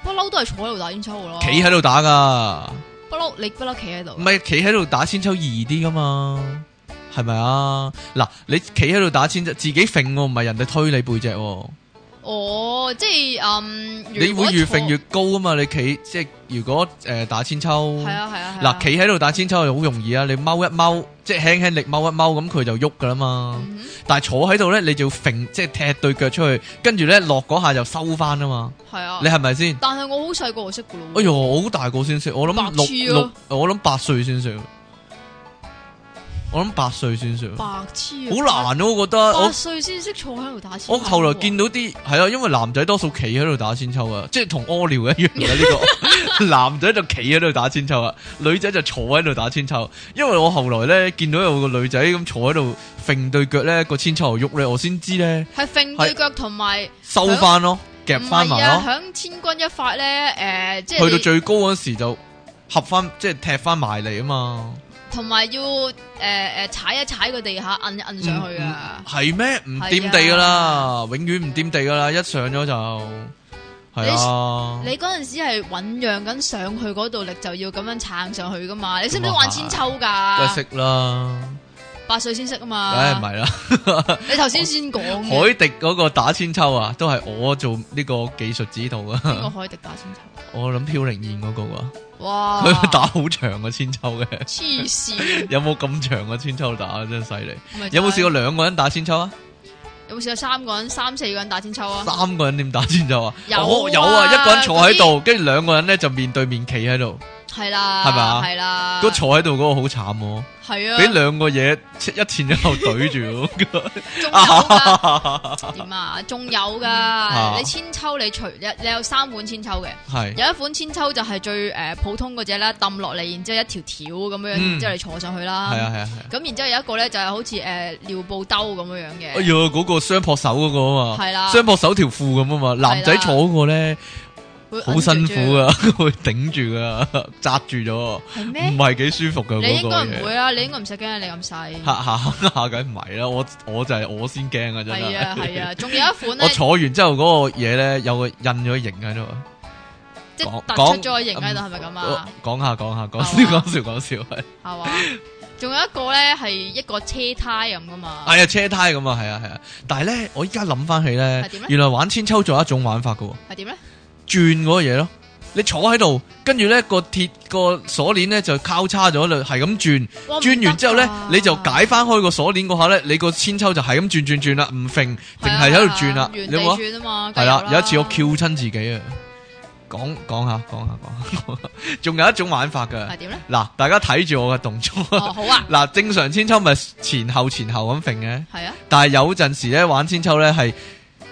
S2: 不嬲都係坐喺度打千秋噶咯，
S1: 企喺嗯度打噶，
S2: 不嬲你不嬲企喺度
S1: 唔，係企喺度打千秋易啲噶嘛？係咪啊？嗱，你企喺度打千秋，自己揈喎，唔係人哋推你背脊喎。
S2: 哦，即係嗯，
S1: 你會越揈越
S2: 係
S1: 高啊嘛？你企即係如果诶、呃打千秋，
S2: 啊係啊係啊
S1: 嗱，企喺度打千秋就好容易啊！你踎一踎，即係輕輕力踎一踎，咁佢就喐噶啦嘛。
S2: 嗯哼
S1: 但係坐喺度咧，你就要揈，即係踢對腳出去，跟住咧落嗰下就收翻啊嘛。
S2: 係啊
S1: 你，係咪先？
S2: 但係我好細個就識噶咯
S1: 哎
S2: 喎，
S1: 呦，我好大個先識，我
S2: 白
S1: 諗
S2: 痴啊
S1: 六六
S2: 咯，
S1: 我諗八歲先識，我諗八歲先識，好
S2: 白痴啊，
S1: 難咯，我覺得
S2: 八
S1: 我
S2: 歲啊先識坐喺度打千秋
S1: 我
S2: 喎，
S1: 後來見到啲係啊，因為男仔多數企喺度打千秋啊，即係同屙尿一樣嘅呢 個，男仔就企喺度打千秋啊，女仔就坐喺度打千秋。因為我後來咧見到有個女仔咁坐喺度揈對腳咧，個千秋又喐咧，我先知咧
S2: 係揈對腳同埋
S1: 收翻咯，夾
S2: 唔
S1: 翻
S2: 係
S1: 埋
S2: 啊，
S1: 咯，
S2: 響千鈞一發咧，誒，即係
S1: 去到
S2: 你
S1: 最高嗰時就合翻，即係踢翻埋嚟啊嘛。
S2: 同埋要誒誒踩一踩個地下，摁一摁上去啊，
S1: 系嗯咩？唔掂地噶啦，永遠唔掂地噶啦，一上咗就係啊。
S2: 你嗰陣時係醖釀緊上去嗰度力，就要咁樣撐上去噶嘛？你識唔識
S1: 咁啊
S2: 玩千秋
S1: 梗係
S2: 㗎？
S1: 識啦，
S2: 八歲先識啊
S1: 梗係唔
S2: 嗯嘛？
S1: 係啦。
S2: 你頭先先講嘅，
S1: 海迪嗰個打千秋啊，都係我做呢個技術指導
S2: 邊個
S1: 啊。
S2: 海迪打千 秋？
S1: 我諗飄零燕嗰個啊，
S2: 哇！
S1: 佢打好長嘅千秋嘅，
S2: 黐線，
S1: 有冇咁長嘅千秋打啊？真係犀利。
S2: 咪就係
S1: 有冇試過？兩個人打千秋啊？
S2: 有冇試過三個人、三四個人打千秋啊？
S1: 三個人點打千秋啊？
S2: 有啊
S1: 哦有啊，一個人坐喺度，跟住兩個人咧就面對面企喺度。
S2: 係啦，
S1: 係咪啊
S2: 係啦，
S1: 嗰坐喺度嗰個好慘喎。
S2: 係啊，
S1: 俾兩個嘢一前一後懟住，
S2: 仲有 㗎點啊？仲有
S1: 嗯啊
S2: 㗎，你千秋你除你你有三款千秋嘅。
S1: 係
S2: 有一款千秋就係最誒普通嗰只啦，抌落嚟，然之後一條條咁樣，
S1: 嗯
S2: 然之後你坐上去
S1: 係
S2: 啦。
S1: 啊係啊係啊！
S2: 咁然之後有一個咧就係好似誒尿布兜咁樣樣
S1: 哎
S2: 嘅，
S1: 呦，嗰個雙膊手嗰個啊嘛，
S2: 係啦
S1: 雙膊手條褲咁啊嘛，男仔坐嗰個咧
S2: 會
S1: 好
S2: 摁住啊
S1: 辛苦啊噶，
S2: 張，
S1: 會頂住噶，扎住咗，唔
S2: 係咩？
S1: 係幾舒服噶嗯
S2: 你
S1: 嗰
S2: 應
S1: 個
S2: 該
S1: 嘢
S2: 唔會啊啦，你應該唔使驚你咁細。
S1: 嚇嚇嚇嚇梗唔係啦，我我就係我先驚啊真
S2: 係啊係
S1: 係。
S2: 啊，仲有一款
S1: 我
S2: 咧，
S1: 坐完之後嗰個嘢咧，有個印咗形喺度啊，
S2: 即係
S1: 講
S2: 突出
S1: 講嗯
S2: 咗個形喺度，係咪咁啊？哦
S1: 講下講下講
S2: 係
S1: 笑
S2: 嘛
S1: 講笑講笑係，
S2: 係嘛？仲有一個咧係一個車胎咁噶嘛，
S1: 哎呀車胎咁啊係啊係啊，但係咧我依家諗翻起咧
S2: 係點，咧
S1: 原來玩千秋仲有一種玩法噶喎。
S2: 係點咧？
S1: 轉嗰個嘢咯。你坐喺度，跟住咧個鐵個鎖鏈咧就交叉咗啦，係咁轉，
S2: 哇啊
S1: 轉完之後咧你就。
S2: 唔得㗎
S1: 解翻開個鎖鏈嗰下咧，你個千秋就係咁轉轉轉啦，唔揈，淨
S2: 係啊
S1: 係喺度轉啦，
S2: 係啊
S1: 你
S2: 原
S1: 有
S2: 地
S1: 冇啊？
S2: 轉啊嘛，
S1: 係啦，有一次我
S2: 翹，
S1: 翹親自己啊，講講下講下講下， 仲有一種玩法㗎。
S2: 係點咧？
S1: 嗱，大家睇住我嘅動作。
S2: 哦，好啊，
S1: 嗱，正常千秋咪前後前後咁揈嘅，
S2: 係啊，
S1: 但係有陣時咧玩千秋咧係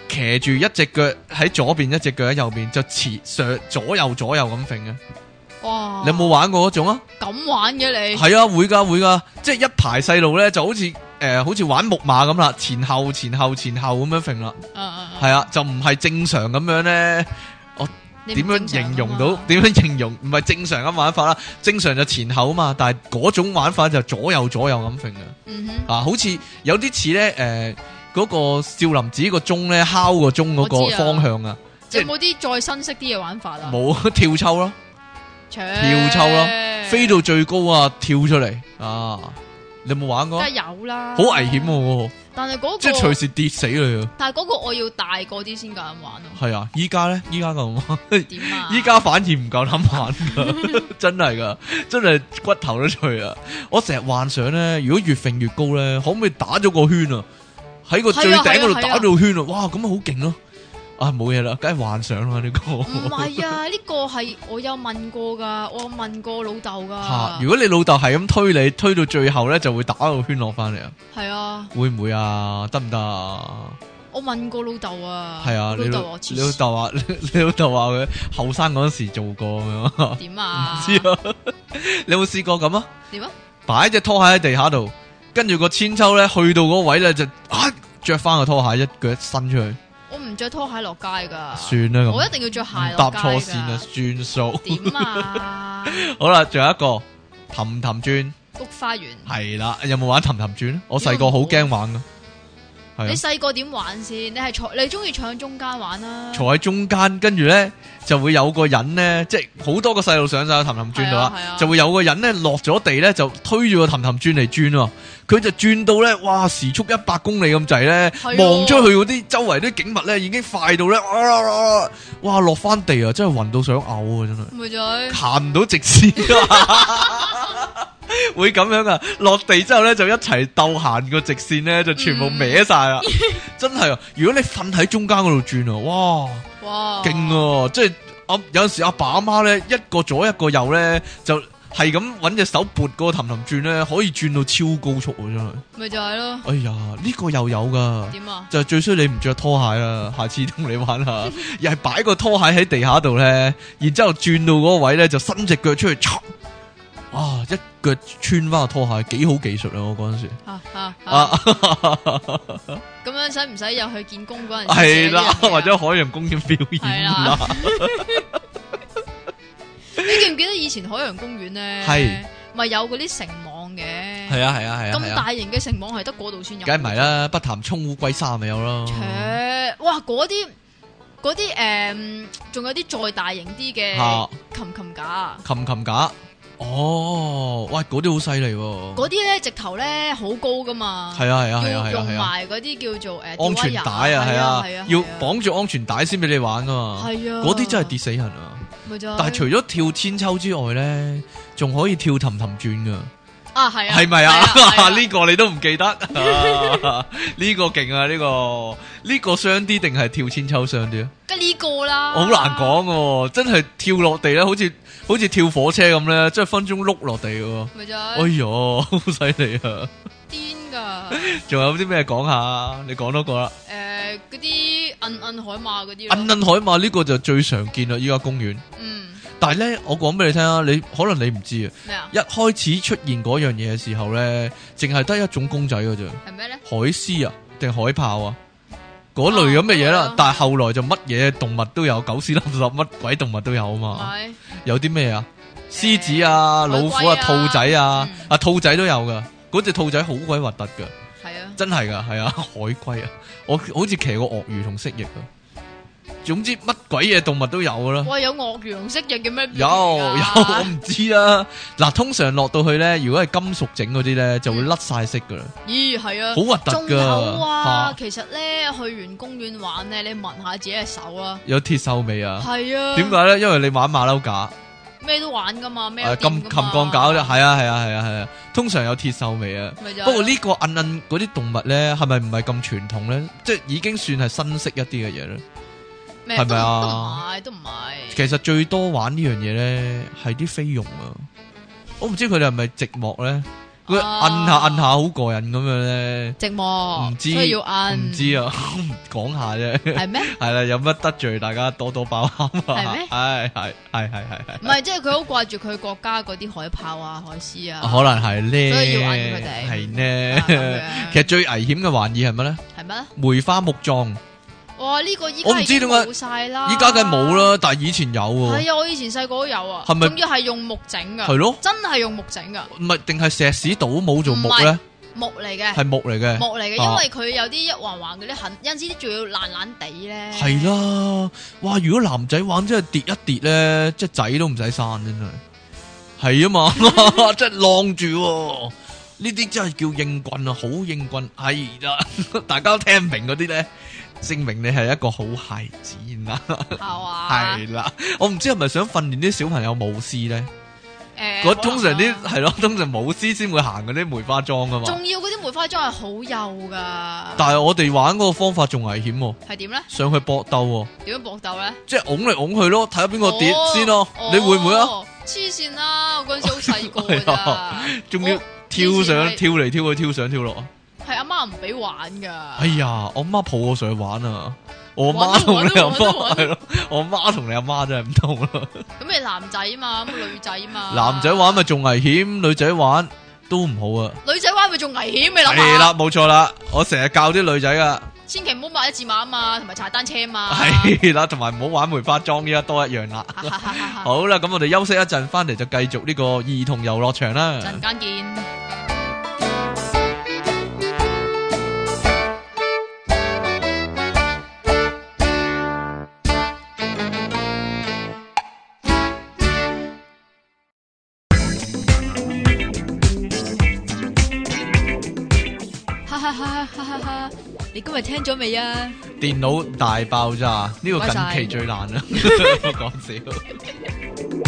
S1: 騎住一隻腳喺左邊，一隻腳喺右邊，就前上左右左右咁揈嘅。
S2: 哇！
S1: 你有冇玩過嗰種啊？
S2: 咁玩嘅哦你？
S1: 係啊，會噶會噶，即係一排細路咧就好似诶、呃好似玩木馬咁啦，前後前後前後咁樣揈啦，
S2: 嗯嗯嗯
S1: 係啊，就唔係正常咁樣咧。
S2: 你唔
S1: 點樣
S2: 正常
S1: 形
S2: 㗎
S1: 容
S2: 嘛
S1: 到？點樣形容？唔係正常咁玩法啦，正常就前後啊嘛，但係嗰種玩法就左右左右咁揈嘅。
S2: 嗯哼，
S1: 啊，好似有啲似咧，诶、嗰、個少林寺個鐘咧敲個鐘嗰
S2: 我知
S1: 個
S2: 啊
S1: 方向啊，即
S2: 有
S1: 係
S2: 冇啲再新式啲嘅玩法啊？
S1: 冇 跳抽咯，
S2: 切，
S1: 跳抽咯，飛到最高啊，跳出嚟啊！你有冇玩過啊？
S2: 梗係哦有啦，
S1: 好危險喎、
S2: 但係
S1: 即係
S2: 嗰個
S1: 隨，時跌死你啊！
S2: 但係嗰個我要大個啲先夠膽玩啊？
S1: 係啊，依家咧，依家咁玩，
S2: 點啊？
S1: 依家反而唔夠膽玩 噶，真係噶，真係骨頭都脆啊！我成日幻想咧，如果越揈越高咧，可唔可以打咗個圈啊？喺個最
S2: 係啊
S1: 頂嗰
S2: 係
S1: 度
S2: 啊
S1: 打咗個圈啊！哇，咁好勁咯！啊，冇嘢啦，梗係幻想啦呢個。
S2: 唔係啊，呢個係我有問過㗎，我有問過老豆
S1: 吓，
S2: 㗎，
S1: 如果你老豆係咁推你，推到最後咧就會打個圈落翻嚟啊？
S2: 係啊，
S1: 會唔會啊？得唔得啊？
S2: 我問過老豆啊，
S1: 係啊，你
S2: 老豆
S1: 老
S2: 我
S1: 你老
S2: 黐
S1: 豆話 你老豆話佢後生嗰陣時做過咁樣啊。
S2: 線點啊？
S1: 知啊， 你有冇試過咁啊？
S2: 點啊？
S1: 擺只拖鞋喺地下度，跟住個千秋咧去到嗰位咧就啊着翻個拖鞋一腳伸出去，
S2: 我唔着拖鞋落街㗎，
S1: 算啦
S2: 啊我一
S1: 咁，
S2: 定要着鞋
S1: 唔搭
S2: 落街
S1: 錯線啦，
S2: 㗎。
S1: 算數。
S2: 點啊？
S1: 好啦，仲有一個氹氹轉，
S2: 菊花園，
S1: 係啦，有冇玩氹氹轉？我細個好驚玩噶，係
S2: 你
S1: 啊，
S2: 細個點玩先？你係坐，你中意坐喺中間玩啊啦。
S1: 坐喺中間，跟住咧就會有個人咧，即係好多個細路上晒氹氹轉度
S2: 係啊係
S1: 啦
S2: 啊，
S1: 就會有個人咧落咗地咧就推住個氹氹轉嚟轉喎，佢就轉到咧，哇時速一百公里咁滯咧。
S2: 係喎
S1: 望出去嗰啲周圍啲景物咧，已經快到咧，啊哇落翻地啊，真係暈到想嘔啊，真係
S2: 妹仔，
S1: 行唔到直線啊， 會咁樣啊！落地之後咧就一齊鬥行個直線咧，就全部
S2: 嗯
S1: 歪晒啦，真係啊！如果你瞓喺中間嗰度轉啊，
S2: 哇，
S1: 哇，勁！啊！即係阿有時阿爸阿媽咧一個左一個右咧就。係咁揾隻手撥嗰個氹氹轉咧，可以轉到超高速啊！真係，
S2: 咪就係咯，
S1: 哎呀，呢、個又有㗎。
S2: 點啊？
S1: 就最衰你唔着拖鞋啦，下次同你玩 下，又係擺個拖鞋喺地下度咧，然之後轉到嗰個位咧就伸只腳出去，戳啊一腳穿翻個拖鞋，幾好技術啊！我嗰陣時
S2: 啊啊
S1: 啊
S2: 啊！，咁樣使唔使又去見工嗰陣時 寫
S1: 係啦，
S2: 呢樣嘢啊
S1: 或者海洋公園表演
S2: 係
S1: 啦
S2: 啦， 你記唔記得以前海洋公園咧？
S1: 係
S2: 咪有嗰啲繩網嘅？
S1: 係啊係啊係啊，係
S2: 咁
S1: 啊
S2: 大型嘅繩網係得嗰度先有。
S1: 梗係唔係啦，不談沖烏龜沙咪有咯，
S2: 切！哇，嗰啲嗰啲誒，仲有啲再大型啲嘅
S1: 嚇
S2: 琴琴架啊，
S1: 擒擒架，哦，喂嗰啲好犀利喎，
S2: 嗰啲咧直頭咧好高噶嘛。
S1: 係啊係啊係啊
S2: 要
S1: 係啊
S2: 用
S1: 係啊，
S2: 埋嗰啲叫做誒
S1: 安全帶啊
S2: à,
S1: 係啊，要綁住安全帶先俾你玩噶嘛。
S2: 係啊，
S1: 嗰啲真係跌死人啊！
S2: 咪就係，
S1: 但係除咗跳千秋之外咧，仲可以跳氹氹轉噶，
S2: 啊係啊，
S1: 係咪啊
S2: 係啊？
S1: 呢個你都唔記得， 啊呢個勁啊！呢個呢個傷啲定係跳千秋傷啲啊？
S2: 跟呢個啦，
S1: 我好難。講喎，真係跳落地咧，好似好似跳火車咁咧，即係分鐘碌落地喎。
S2: 咪就
S1: 哎
S2: 係
S1: 唷， 好犀利啊！
S2: 癲噶，
S1: 仲有啲咩講下？你講多個啦。
S2: 誒嗰啲摁摁海馬嗰啲咯
S1: 銀銀海馬呢個就最常見啦，依家公園。
S2: 嗯
S1: 但係咧，我講俾你聽啊，你可能你唔知啊。
S2: 咩啊？
S1: 一開始出現嗰樣嘢嘅時候咧，淨係得一種公仔嘅啫，
S2: 係咩咧？
S1: 海獅啊，定海豹啊，嗰類咁嘅嘢啦
S2: 哦。
S1: 但係後來就乜嘢動物都有，狗屎垃圾乜鬼動物都有啊嘛。
S2: 係
S1: 有啲咩啊？獅子啊、老虎啊、
S2: 海龜啊
S1: 兔仔啊
S2: 嗯，
S1: 啊兔仔都有噶。嗰只兔仔好鬼核突噶，
S2: 係啊，
S1: 真係噶，係啊， 海龜啊，我好似騎過鱷魚同蜥蜴啊。總之乜鬼嘢動物都有噶啦。
S2: 喂有鱷魚同蜥蜴嘅咩？
S1: 有有， 我唔知啊。嗱，通常落到去咧，如果係金屬整嗰啲咧，就會甩晒色噶啦，
S2: 咦係啊
S1: 好。核突
S2: 仲有
S1: 噶。
S2: 啊，
S1: 嚇
S2: 其實咧去完公園玩咧，你聞下自己嘅手啊，
S1: 有鐵鏽味啊？
S2: 係啊，
S1: 點？解咧？因為你玩馬騮架，
S2: 咩都玩噶嘛，咩
S1: 誒
S2: 都
S1: 琴琴
S2: 掂㗎嘛
S1: 鋼架嗰啲，係啊係啊係啊係啊，通常有鐵鏽味啊。
S2: 咪就係
S1: 不過呢個印印嗰啲動物咧，係咪唔係咁傳統咧？即係已經算係新式一啲嘅嘢咧。
S2: 咩
S1: 係咪
S2: 都唔
S1: 啊
S2: 都唔買，都唔買。
S1: 其實最多玩呢樣嘢咧，係啲菲傭啊！我唔知佢哋係咪寂寞咧，佢
S2: 啊
S1: 摁下摁下好過癮咁樣咧，
S2: 寂寞，
S1: 唔知
S2: 所以要
S1: 唔
S2: 摁，
S1: 知啊， 講下啫，
S2: 係咩？
S1: 係啦，有乜得罪大家多多包涵啊！
S2: 係咩
S1: 係係係係係係
S2: 唔係，即係佢好掛住佢國家嗰啲海豹啊、海獅啊，
S1: 可能係咧，
S2: 所以要摁佢哋
S1: 係
S2: 啊咁
S1: 呢。
S2: 樣
S1: 其實最危險嘅玩意係乜咧？
S2: 係咩咧？
S1: 梅花木樁，
S2: 哇！呢個依
S1: 我唔
S2: 家已
S1: 知點
S2: 經
S1: 解
S2: 冇晒啦，
S1: 依家梗係冇。啦，但係以前有喎，
S2: 係啊，我以前細個都有啊，
S1: 係咪
S2: 仲要係用木整噶
S1: 係，咯，
S2: 真係用木整噶，
S1: 唔係定係石屎倒模做木
S2: 唔係
S1: 咧，
S2: 木嚟嘅，
S1: 係木嚟嘅。
S2: 木嚟嘅，
S1: 啊
S2: 因為佢有啲一環環嗰啲痕，有陣時啲仲要爛爛地咧。
S1: 系啦，哇！如果男仔玩真系跌一跌咧，即系仔都唔使生，真系系啊 嘛，真系晾住喎。呢啲真系叫應棍啊，好應棍系啦。 大家聽明嗰啲咧，證明你係一個好孩子啦，
S2: 係嘛？
S1: 係啦。我唔知係咪想訓練啲小朋友舞獅咧？
S2: 誒
S1: 嗰通常啲
S2: 可能啊
S1: 係咯，通常舞獅先會行嗰啲梅花樁噶嘛。
S2: 仲要嗰啲梅花樁係好幼噶，
S1: 但係我哋玩嗰個方法仲危險喎，
S2: 係點咧？
S1: 上去搏鬥喎。
S2: 點樣搏鬥咧？
S1: 即系拱嚟拱去咯，睇下邊個跌
S2: 哦
S1: 先咯。你會唔會？啊？
S2: 哦黐線啦！我嗰陣時好 細個㗎咋，
S1: 仲要
S2: 我
S1: 跳
S2: 以前
S1: 上
S2: 係
S1: 跳嚟跳去，跳上跳落啊！
S2: 係阿媽唔俾玩㗎。
S1: 哎呀，我媽抱我上去玩啊！我
S2: 玩
S1: 媽
S2: 都
S1: 同你阿
S2: 玩都玩
S1: 媽
S2: 都
S1: 係咯，我媽同你阿媽真係唔同 啦。
S2: 咁你男仔嘛，咁女仔嘛。
S1: 男仔玩咪仲危險，女仔玩都唔好啊。
S2: 女仔玩咪仲危險，你諗
S1: 係
S2: 下。
S1: 啦，冇錯啦，我成日教啲女仔噶，
S2: 千祈唔好買一字馬啊嘛，同埋踩單車啊啊嘛。
S1: 係啦，同埋唔好玩梅花樁，依家多一樣啦。
S2: 好，
S1: 好啦，咁我哋休息一陣，翻嚟就繼續呢個兒童遊樂場啦。
S2: 陣間見。哈哈哈哈哈哈！你今日聽咗未啊？
S1: 電腦大爆炸呢、個
S2: 唔該
S1: 近
S2: 晒
S1: 期最難啦， 講笑。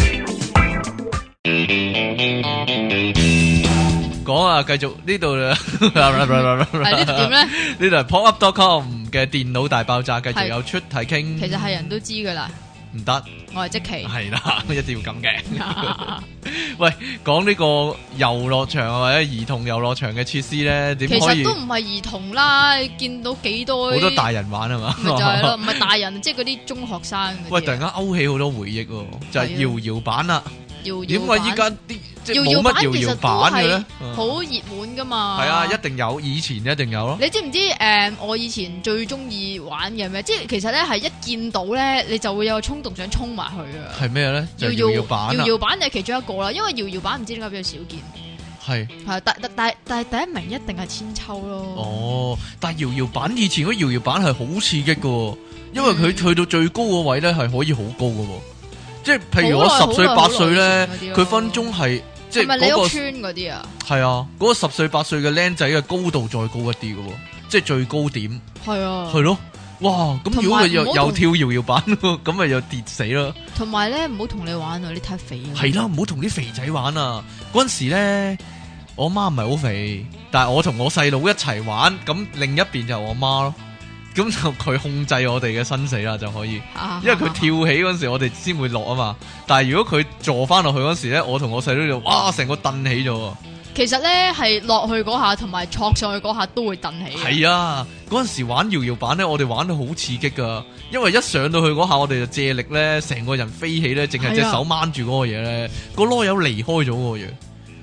S1: 講啊，繼續呢度啦，
S2: 係呢度點
S1: 呢
S2: 咧？
S1: 度係 popup.com 嘅電腦大爆炸，繼續
S2: 係
S1: 有出體傾。
S2: 其實係人都知噶啦，
S1: 唔得，
S2: 我係即期。
S1: 係 啦，一定要咁嘅。喂，講呢個遊樂場啊或者兒童遊樂場嘅設施咧，點
S2: 其
S1: 可以
S2: 實都唔係兒童啦，你見到幾多
S1: 好多大人玩啊嘛？
S2: 咪就係 咯，唔係大人，即係嗰啲中學生
S1: 喂，
S2: 嗰
S1: 突然
S2: 啲啊。
S1: 間勾起好多回憶喎，就係
S2: 係啊
S1: 搖搖板啦。
S2: 搖
S1: 點
S2: 搖
S1: 解
S2: 板
S1: 依家啲即係
S2: 搖
S1: 冇
S2: 搖
S1: 乜
S2: 板
S1: 搖
S2: 其
S1: 搖
S2: 實都
S1: 板嘅咧嗯
S2: 係？好啊熱門噶嘛？
S1: 係啊，一定有，以前一定有咯。
S2: 你知唔知誒？我以前最中意玩嘅咩？即係其實咧係一見到咧，你就會有個衝動想衝埋去啊！
S1: 係咩咧？就係搖搖板
S2: 搖
S1: 啊，
S2: 搖板就係其中一個啦，因為搖搖板唔知點解比較少見，
S1: 係
S2: 係但但但但係第一名一定係千秋咯。
S1: 哦。但係搖搖板以前嗰搖搖板係好刺激嘅喎，因為佢
S2: 嗯
S1: 去到最高嗰位咧係可以好高嘅喎。即係譬如我
S2: 好耐
S1: 十歲
S2: 好耐
S1: 八歲咧
S2: 好耐以前嗰啲，咯
S1: 佢分鐘係即
S2: 係
S1: 係
S2: 咪你
S1: 嗰
S2: 屋
S1: 個
S2: 村嗰啲啊？
S1: 係啊，嗰個十歲八歲嘅僆仔嘅高度再高一啲嘅喎，即係最高點。
S2: 係啊
S1: 系。咯，哇！咁
S2: 同埋
S1: 如果佢又
S2: 唔好
S1: 又
S2: 同
S1: 跳搖搖板喎， 咁咪又跌死咯。
S2: 同埋咧，唔好同你玩啊！你太肥啦。
S1: 係啦，唔好同啲肥仔玩啊！嗰阵时咧，我媽唔係好肥，但係我同我細佬一齊玩，咁另一邊就係我媽咯。咁就佢控制我哋嘅生死啦，就可以，
S2: 啊，
S1: 因為佢跳起嗰陣時，我哋先會落啊嘛。但係如果佢坐翻落去嗰陣時咧，我同我細佬就哇，成個蹬起咗喎。
S2: 其實咧係落去嗰下同埋戳上去嗰下都會蹬起嘅。
S1: 係啊，嗰阵时玩搖搖板咧，我哋玩到好刺激噶，因為一上到去嗰下，我哋就借力咧，成個人飛起咧，淨係隻
S2: 係啊
S1: 手掹住嗰個嘢咧，個啰柚離開咗嗰個嘢，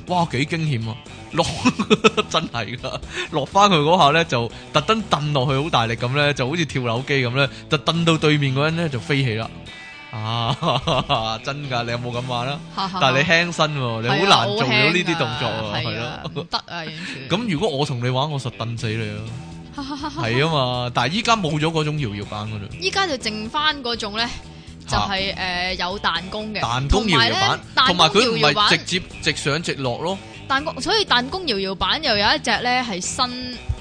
S1: 哇，幾驚險啊！落 真係噶，落翻去嗰下咧就特登蹬落去好大力咁咧，就好似跳樓機咁咧，就蹬到對面嗰人咧就飛起啦。啊， 真噶，你有冇咁玩啦？
S2: 哈哈
S1: 但係你輕身喎，你好
S2: 係啊
S1: 難做到呢啲
S2: 輕㗎
S1: 動作啊，係
S2: 係啊，
S1: 咯
S2: 唔。得啊，完 全。
S1: 咁如果我同你玩，我實蹬死你啊！係啊嘛，但係依家冇咗嗰種搖搖板嗰度，
S2: 依家就剩翻嗰種咧，就係誒有彈弓嘅
S1: 彈弓搖搖板，同
S2: 同
S1: 埋
S2: 埋
S1: 佢
S2: 佢
S1: 唔
S2: 唔搖搖
S1: 係
S2: 板
S1: 直接直上直落咯，
S2: 彈弓，所以彈弓搖搖板又有一隻咧係新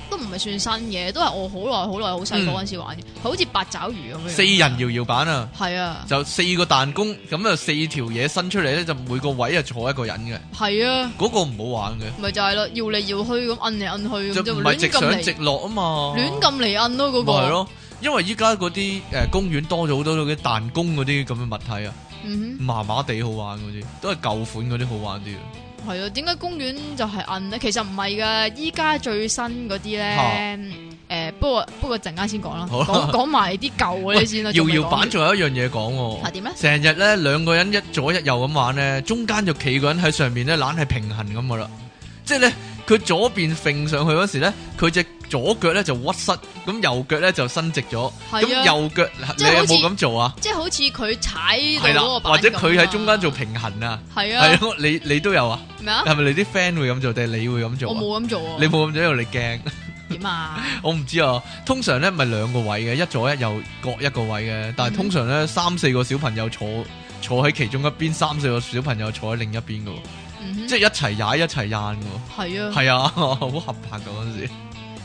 S2: 都唔係算新嘅，都係我好耐好耐好細個嗰陣時玩嘅，好似八爪魚咁樣。
S1: 嗯四人搖搖板啊，
S2: 係啊，
S1: 就四個彈弓，咁啊四條嘢伸出嚟咧，就每個位啊坐一個人嘅，
S2: 係啊，
S1: 嗰、個唔好玩嘅，
S2: 咪就係咯，搖嚟搖去咁，摁嚟摁去咁
S1: 就
S2: 就
S1: 唔
S2: 亂
S1: 係直
S2: 咁
S1: 上
S2: 嚟
S1: 直，落啊嘛，
S2: 亂咁嚟摁咯嗰
S1: 咪係
S2: 個。
S1: 咯，因為依家嗰啲誒公園多咗好多嗰啲彈弓嗰啲咁嘅物體啊，
S2: 嗯
S1: 麻麻地好玩嗰啲，都係舊款嗰啲好玩啲嘅。
S2: 哼，係啊，點解公園就係摁咧？其實唔係㗎，依家最新嗰啲咧，誒不過不過陣間先講啦，
S1: 好啦
S2: 講講埋啲舊嗰啲先 啦。
S1: 搖
S2: 仲未
S1: 搖
S2: 講
S1: 板
S2: 完
S1: 仲有一樣嘢講喎。
S2: 係點咧？
S1: 成日咧兩個人一左一右咁玩咧，中間就企個人喺上面咧，懶係平衡咁噶啦。即係咧，佢左邊揈上去嗰時咧，佢只左腳咧就屈膝，咁右腳咧就伸直咗。咁
S2: 係啊
S1: 右腳你
S2: 即係好
S1: 有
S2: 似
S1: 冇咁做啊？
S2: 即係好似佢踩
S1: 係啦
S2: 到嗰個，板
S1: 或者佢
S2: 咁啊
S1: 喺中間做平衡啊？
S2: 係
S1: 係
S2: 啊
S1: 咯，你你都有啊？
S2: 咩啊？
S1: 係咪你啲 friend 會咁做，定係你會咁做
S2: 我
S1: 啊？
S2: 冇咁做喎。
S1: 你冇咁做，因為你驚。
S2: 點啊？
S1: 我唔知啊，通常咧咪兩個位嘅，一左一右各一個位嘅，
S2: 嗯
S1: 但係通常咧三四個小朋友坐坐喺其中一邊，三四個小朋友坐喺另一邊嘅喎，
S2: 嗯哼，
S1: 即係一齊踩一齊掗嘅喎。
S2: 係啊，
S1: 係啊， 好合拍嘅嗰陣時，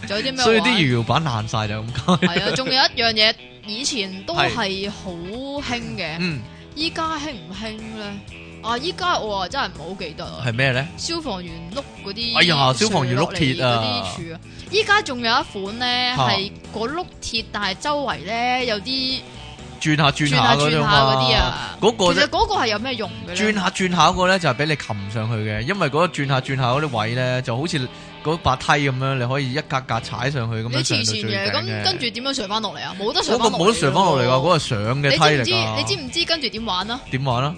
S2: 仲有啲咩玩？
S1: 所以啲搖搖板爛晒就咁解。
S2: 係啊，仲有一樣嘢，以前都係好興嘅，
S1: 嗯，
S2: 依家興唔興咧？啊，依家我啊真係唔好記得啊。
S1: 係咩咧？
S2: 消防員碌嗰啲，
S1: 哎呀消防員碌鐵啊
S2: 嗰啲柱啊！依家仲有一款咧，
S1: 嚇
S2: 係個碌鐵，但係周圍咧有啲
S1: 轉下轉
S2: 轉下
S1: 下嗰
S2: 轉下
S1: 種
S2: 嗰啲
S1: 嘛。
S2: 啊。
S1: 嗰個
S2: 其實
S1: 咧
S2: 嗰個係有咩用嘅
S1: 轉
S2: 咧？
S1: 下轉下嗰個咧就係俾你擒上去嘅，因為嗰個轉下轉下嗰啲位咧就好似嗰把梯咁樣，你可以一格格踩上去咁
S2: 你
S1: 樣
S2: 黐
S1: 上到最
S2: 線嘅，
S1: 頂
S2: 咁
S1: 嘅。
S2: 跟住點樣上翻落嚟啊？冇得上
S1: 嗰
S2: 翻
S1: 個
S2: 落嚟
S1: 冇得上翻落嚟㗎，
S2: 喎
S1: 嗰個上嘅梯
S2: 你
S1: 嚟
S2: 知
S1: 㗎。
S2: 唔知？你知唔知跟住點玩啊？
S1: 點玩啊？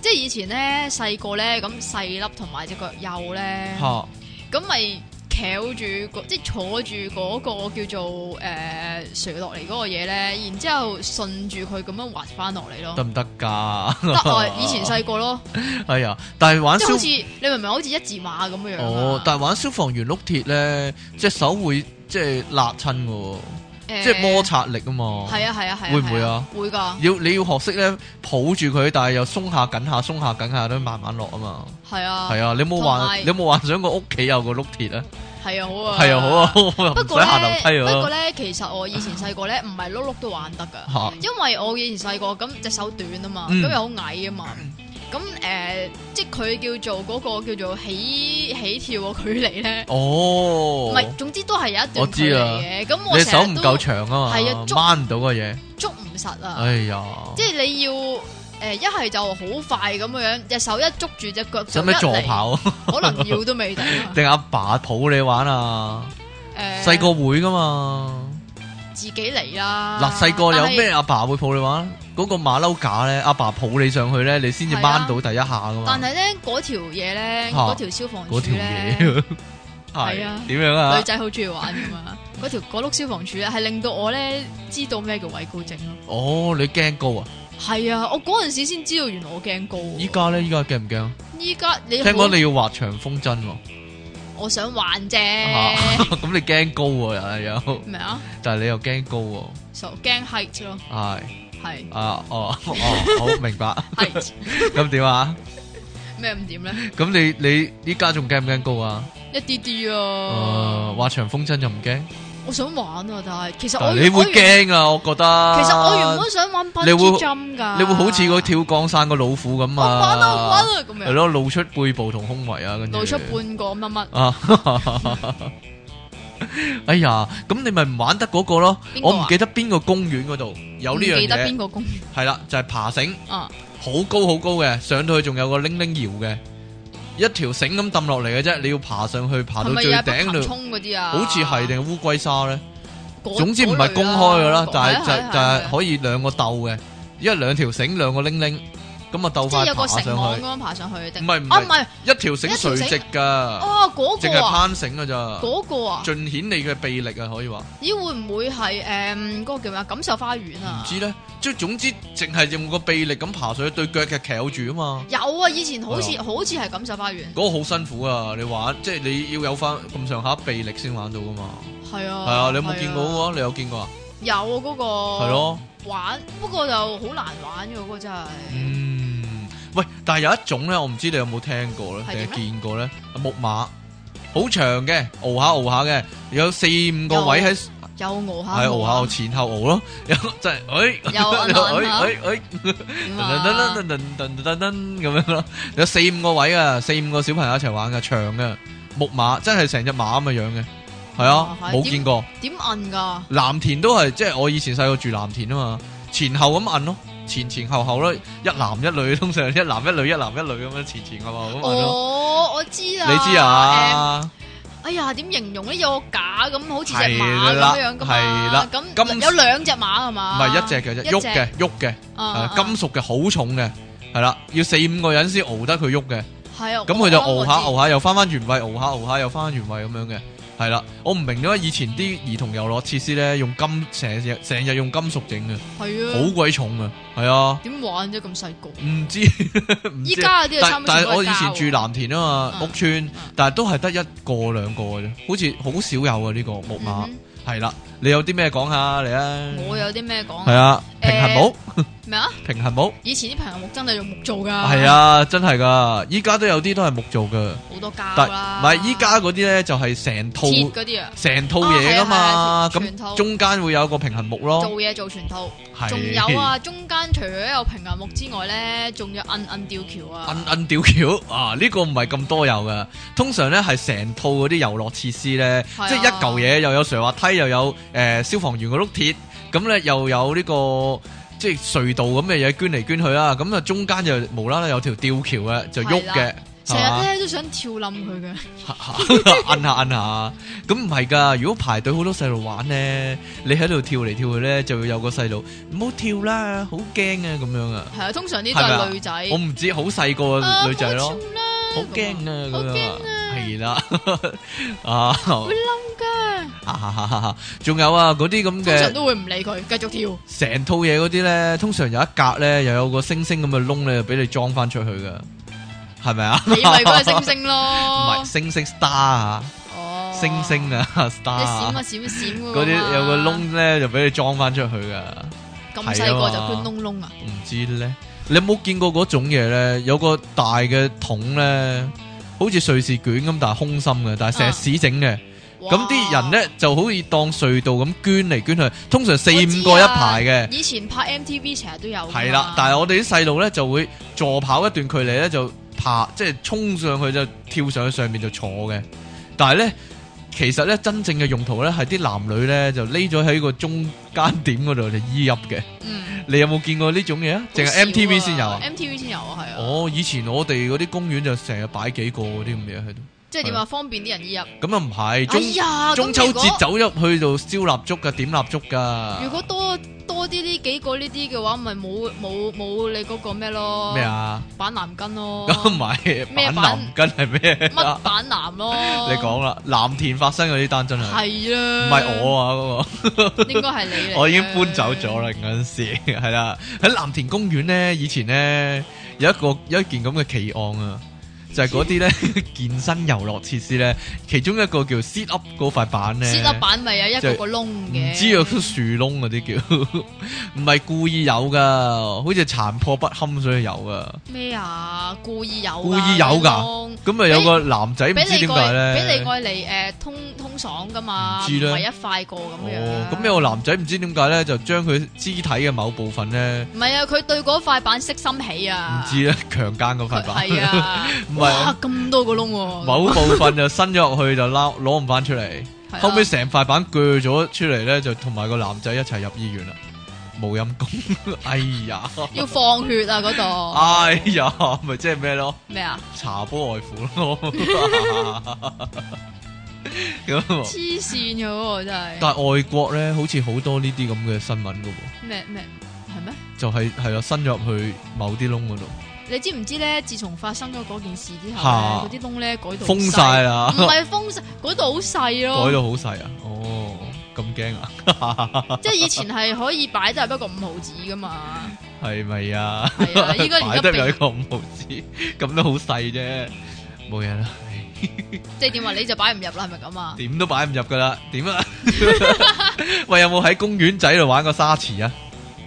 S2: 即係以前咧細個咧咁細粒同埋只腳幼咧，
S1: 嚇
S2: 咁咪翹住個即係坐住嗰個叫做誒垂落嚟嗰個嘢咧，然之後順住佢咁樣滑翻落嚟
S1: 得
S2: 咯。
S1: 唔得㗎？
S2: 得啊！ 以前細個咯，
S1: 係啊，但係玩
S2: 即係
S1: 消
S2: 好似你明唔明？好似一字馬咁樣樣
S1: 哦
S2: 啊，
S1: 但係玩消防員碌鐵咧，隻手會即係辣親㗎喎，
S2: 誒
S1: 即係摩擦力啊嘛。
S2: 係啊係啊係啊，
S1: 會唔會啊
S2: 係？會㗎，
S1: 要你要學識咧抱住佢，但係又鬆下緊下鬆下緊下，都慢慢落啊嘛。
S2: 係啊
S1: 係啊，你有冇
S2: 同
S1: 幻
S2: 埋
S1: 你有冇幻想過屋企有個碌鐵啊？
S2: 係啊好啊
S1: 係啊，好啊，我又唔
S2: 不過
S1: 使下樓
S2: 咧，
S1: 梯
S2: 不過
S1: 啊。
S2: 咧，其實我以前細個咧，唔係碌碌都玩得噶，
S1: 嚇
S2: 因為我以前細個咁隻手短啊嘛，
S1: 嗯
S2: 咁又好矮啊嘛，咁誒、呃即係佢叫做嗰、個叫做起起跳嘅距離咧，唔
S1: 哦，
S2: 係、總之都係有一
S1: 我
S2: 段距
S1: 知
S2: 離
S1: 啊
S2: 嘅，咁我
S1: 你手
S2: 成
S1: 唔
S2: 日
S1: 夠
S2: 都
S1: 長啊嘛，
S2: 係啊捉
S1: 掹唔到個嘢。
S2: 捉唔實啊，
S1: 哎呀，
S2: 即係你要誒一係就好快咁樣樣，隻手一捉住只腳
S1: 使
S2: 就
S1: 唔
S2: 一
S1: 使助
S2: 嚟，
S1: 跑 啊？，
S2: 可能要都未定 啊
S1: 定阿爸抱你玩啊？
S2: 誒
S1: 細個會噶嘛？
S2: 自己嚟啦，
S1: 嗱，細個有
S2: 啊但係
S1: 咩阿爸會抱你玩？嗰個馬騮架咧，阿爸抱你上去咧，你先至
S2: 係啊
S1: 掹到第一下噶
S2: 但
S1: 嘛？
S2: 係咧，嗰條嘢咧，
S1: 嚇
S2: 嗰條消防
S1: 嗰
S2: 柱
S1: 條
S2: 咧，
S1: 嘢
S2: 係啊
S1: 係點樣啊
S2: 女？仔好中意玩噶嘛。嗰條嗰碌消防柱咧，係令到我咧知道咩叫畏高症咯。
S1: 哦，你驚高啊？
S2: 係啊，我嗰陣時先知道原來我驚高。
S1: 依家咧，依家驚唔驚？
S2: 依家哦你
S1: 聽
S2: 好
S1: 講你要畫長風箏喎，
S2: 我想玩啫，
S1: 嚇 咁你驚高喎又係有，
S2: 咩啊？
S1: 但係你又驚高喎，
S2: 就驚 height 咯，
S1: 係
S2: 係
S1: 啊哦哦，好明白。
S2: height
S1: 咁點啊？
S2: 咩唔點咧？
S1: 咁你你依家仲驚唔驚高啊？
S2: 一啲啲
S1: 誒，
S2: 啊，
S1: 畫長風箏就唔驚，
S2: 我想玩啊，但係其實
S1: 但
S2: 我
S1: 係你會
S2: 我原
S1: 驚啊！我覺得。
S2: 其實我原本想玩
S1: 你
S2: bungee
S1: 會
S2: jump 㗎，
S1: 你會好似個跳降傘個老虎咁
S2: 我玩啊我
S1: 啊，
S2: 玩啊咁
S1: 係
S2: 樣，
S1: 咯，露出背部同胸圍啊，跟住
S2: 露出半個乜乜。
S1: 啊。 哎呀，咁你咪唔玩得嗰個咯？
S2: 邊個啊
S1: 我唔記得邊個公園嗰度有呢
S2: 唔
S1: 樣
S2: 記得邊
S1: 嘢，
S2: 個公園
S1: 係啦，就係爬繩，
S2: 啊？
S1: 好高好高嘅，上到去仲有個鈴鈴搖嘅，一條繩咁抌落嚟嘅啫，你要爬上去，爬
S2: 係
S1: 到
S2: 咪
S1: 最
S2: 又係
S1: 頂
S2: 北潭
S1: 度，
S2: 涌嗰啲啊？
S1: 好似係定係烏龜沙咧。
S2: 嗰
S1: 總之唔係公開噶啦，
S2: 啊
S1: 但係就就係
S2: 可
S1: 可以兩個鬥嘅，因為兩條繩兩個拎拎，咁啊鬥
S2: 即係
S1: 快
S2: 有個
S1: 爬上
S2: 繩網咁
S1: 去。
S2: 樣爬上去定
S1: 唔係唔係
S2: 啊？唔係
S1: 一條繩垂直噶，
S2: 哦，嗰
S1: 淨
S2: 個
S1: 係
S2: 啊，
S1: 攀繩噶咋，
S2: 嗰個啊，
S1: 盡顯你嘅臂力啊，可以話。
S2: 咦會唔會係誒嗰個叫咩啊？錦繡花園
S1: 唔
S2: 啊？
S1: 知咧，即係總之淨係用個臂力咁爬上去，對腳嘅翹住啊嘛。
S2: 有啊，以前好似
S1: 係
S2: 好似係錦繡花園，
S1: 嗰個好辛苦啊！你玩即係你要有翻咁上下臂力先玩到噶嘛。
S2: 係啊，
S1: 係啊，你有
S2: 係
S1: 冇
S2: 啊
S1: 見過嗰個？你有見過啊？
S2: 有啊嗰個
S1: 係
S2: 係，
S1: 咯，
S2: 玩不過就好難玩嘅嗰個真係
S1: 嗯，喂，但係有一種咧，我唔知你有冇聽過咧，
S2: 係
S1: 定
S2: 點
S1: 係見過咧，木馬好長嘅，熬下熬下嘅，有四五個位喺
S2: 又熬下，
S1: 喺熬下前後熬咯， 有就係 哎，
S2: 又摁下摁下
S1: 哎哎哎。噔噔噔噔
S2: 點啊
S1: 噔噔噔噔咁樣咯，有四五個位啊，四五個小朋友一齊玩噶，長嘅木馬，真係成只馬咁嘅樣嘅，係啊
S2: 哇，係
S1: 冇見過。
S2: 點摁㗎？
S1: 藍田都係，即係我以前細個住藍田啊嘛，前後咁摁咯，前前後後咯，一男一女， 通常一男一女，一男一女咁樣前前後後咁摁咯。
S2: 哦，我知啦。
S1: 你知啊？
S2: 誒？哎呀，點形容咧？有個架咁，好似隻馬
S1: 係啦
S2: 咁樣噶
S1: 係啦
S2: 嘛。咁
S1: 金
S2: 有兩隻馬係
S1: 唔
S2: 嘛？
S1: 係一隻嘅啫，
S2: 啊一隻
S1: 喐嘅喐嘅，
S2: 啊
S1: 係
S2: 啊
S1: 金屬嘅，好重嘅，係啦，要四五個人先熬得佢喐嘅。
S2: 係啊。
S1: 咁佢就熬下熬
S2: 我
S1: 下，又翻翻原位，熬下熬下又翻翻原位咁樣嘅，係啦。我唔明點解以前啲兒童遊樂設施咧用金成日成日用金屬整嘅，
S2: 知。係
S1: 好
S2: 啊。
S1: 鬼重啊，係啊，
S2: 點玩啫？咁細個。
S1: 唔知 唔
S2: 依
S1: 知。
S2: 家嗰啲
S1: 但
S2: 三
S1: 但係我以前住藍田啊嘛，
S2: 嗯
S1: 屋村，但係都係得一個兩個嘅啫，好似好少有啊呢個木馬，係啦。你有啲咩講下你啊？
S2: 嗯我有啲咩講
S1: 係
S2: 啊？
S1: 啊，平衡帽，
S2: 咩啊？
S1: 平衡帽，
S2: 以前啲朋友木真係用木做㗎。
S1: 係。啊，真係噶，依家都有啲都係木做嘅，
S2: 好多膠
S1: 但
S2: 啦。
S1: 唔係依家嗰啲咧就係成套。
S2: 鐵嗰啲啊。
S1: 成套嘢噶嘛，
S2: 啊係啊係啊全全
S1: 咁
S2: 套
S1: 中間會有個平衡木
S2: 做
S1: 咯，
S2: 嘢做全套，
S1: 係
S2: 仲有，啊，中間除咗有平衡木之外咧，仲有摁摁吊橋啊，
S1: 摁摁吊橋啊，呢個唔係咁多有噶，通常咧係成套嗰啲遊樂設施咧，
S2: 係啊
S1: 即係一嚿嘢又有斜滑梯，又有誒消防員嗰碌鐵，咁咧又有呢個。即係隧道咁嘅嘢捐嚟捐去啦，咁啊中間就無啦啦有條吊橋啊，就喐嘅，
S2: 成
S1: 係嘛
S2: 日咧都想跳 冧佢嘅。
S1: 摁下摁下，咁唔係噶。如果排隊好多細路玩咧，你喺度跳嚟跳去咧，就會有個細路唔好跳啦，好驚啊咁樣啊。
S2: 係啊，通常呢都
S1: 係咪啊
S2: 係女仔。
S1: 我唔知，好細個
S2: 啊
S1: 嘅女仔咯，，好
S2: 好
S1: 驚啊咁
S2: 好
S1: 樣
S2: 驚
S1: 啊
S2: 啊，
S1: 係 啦啊
S2: 會冧噶，
S1: 哈哈哈哈，仲有啊嗰啲咁
S2: 通常
S1: 嘅
S2: 都會唔理佢，繼續跳。
S1: 成套嘢嗰啲咧，通常有一格咧又有個星星咁嘅窿咧，俾你裝翻出去噶，係咪啊？
S2: 你咪嗰隻星
S1: 星，
S2: 星
S1: 唔係
S2: 咯，
S1: 星星 star 啊，
S2: 哦，
S1: 星星啊 star
S2: 你閃
S1: 啊
S2: 啊閃閃
S1: 嗰啲有個，窿咧，就俾你裝翻出去噶。
S2: 咁細個
S1: 係
S2: 就
S1: 啊嘛
S2: 捐窿窿啊，
S1: 唔知咧，你有冇見過嗰種嘢咧？有個大嘅桶咧，好似瑞士卷咁，但係空心嘅，但係
S2: 啊
S1: 石屎整嘅。
S2: 哇
S1: 咁啲人咧就好似當隧道咁捐嚟捐去，通常四
S2: 我知啊
S1: 五個一排嘅，
S2: 以前拍 MTV 成日都有㗎嘛，
S1: 係啦。但係我哋啲細路咧就會助跑一段距離咧就爬，即係衝上去就跳上去上面就坐嘅。但係咧，其實咧真正嘅用途咧係啲男女咧就匿咗喺個中間點嗰度就依泣嘅。
S2: 嗯，
S1: 你有冇見過呢種嘢啊？淨係 MTV 先有啊？
S2: ，MTV 先有啊，係啊，
S1: 哦，以前我哋嗰啲公園就成日擺幾個嗰啲咁嘢喺度，
S2: 即係點啊，方便啲人入。
S1: 咁啊又唔係
S2: 哎
S1: 中、
S2: 呀，
S1: 中
S2: 咁
S1: 秋
S2: 如果
S1: 節走入去度燒蠟燭噶，點蠟燭噶？
S2: 如果多多啲呢幾個呢啲嘅話，咪冇冇冇你嗰個咩咯？
S1: 咩？啊？
S2: 板藍根咯，
S1: 咁唔係
S2: 咩
S1: 板藍根係咩
S2: 乜
S1: 啊？
S2: 板藍咯？
S1: 你講啦，藍田發生嗰啲單真係
S2: 係
S1: 唔
S2: 啦，
S1: 係我啊 嗰、
S2: 我，應該係你嚟
S1: 個，
S2: 嘅。
S1: 我已經搬走咗啦嗰陣時， 係啦喺藍田公園咧，以前咧有一個有一件咁嘅奇案啊，就係嗰 啲咧健身遊樂設施咧，其中一個叫 sit up 嗰塊板咧。
S2: 先粒板咪有一個個窿嘅，
S1: 唔知啊，啲樹窿嗰啲叫， 唔係故意有噶，好似殘破不堪所以有噶。
S2: 咩啊？故意有㗎，
S1: 故意有㗎
S2: 個窿。
S1: 咁咪有個男仔唔
S2: 俾
S1: 知
S2: 你
S1: 點
S2: 過
S1: 解
S2: 嚟，俾
S1: 咧
S2: 你？過嚟誒通通爽噶嘛，
S1: 唔
S2: 唔
S1: 知呢
S2: 係一塊個咁樣。
S1: 哦，咁有個男仔唔知點解咧，就將佢肢體嘅某部分咧，
S2: 唔係啊？佢對嗰塊板色心起
S1: 唔
S2: 啊！
S1: 知咧 強姦嗰塊
S2: 佢
S1: 板，
S2: 係啊，
S1: 唔係
S2: 哇咁多個窿喎，
S1: 某部分就伸咗入去就撈攞唔翻出嚟，
S2: 係啊
S1: 後尾成塊板鋸咗出嚟咧，就同埋個男仔一齊入醫院啦，冇陰功， 哎呀，
S2: 要放血啊嗰度
S1: 哎呀，咪即係咩咯？
S2: 咩啊？
S1: 茶煲外父咯。 咁，啊
S2: 黐線嘅喎，真係
S1: 哦但係外國咧，好似好多呢啲咁嘅新聞噶喎，
S2: 咩咩係咩？
S1: 就係係啦，伸入去某啲窿嗰度，
S2: 你知唔知咧？自從發生咗嗰件事之
S1: 嚇
S2: 後咧，嗰啲窿咧改到
S1: 封 晒啦
S2: 好細，唔係封晒，改到好細
S1: 改
S2: 咯。
S1: 到好細啊！哦，咁驚啊，
S2: 即係以前係可以擺得入一個五毫子噶嘛，
S1: 係咪啊？
S2: 係啊，依家連
S1: 擺
S2: 一
S1: 得有一
S2: 邊
S1: 個五毫子，咁都好細啫，冇嘢啦，唉
S2: 即係點話你就擺唔入啦，係咪咁啊？
S1: 點都擺唔入噶啦，點啊？ 喂，有冇喺公園仔度玩過沙池啊？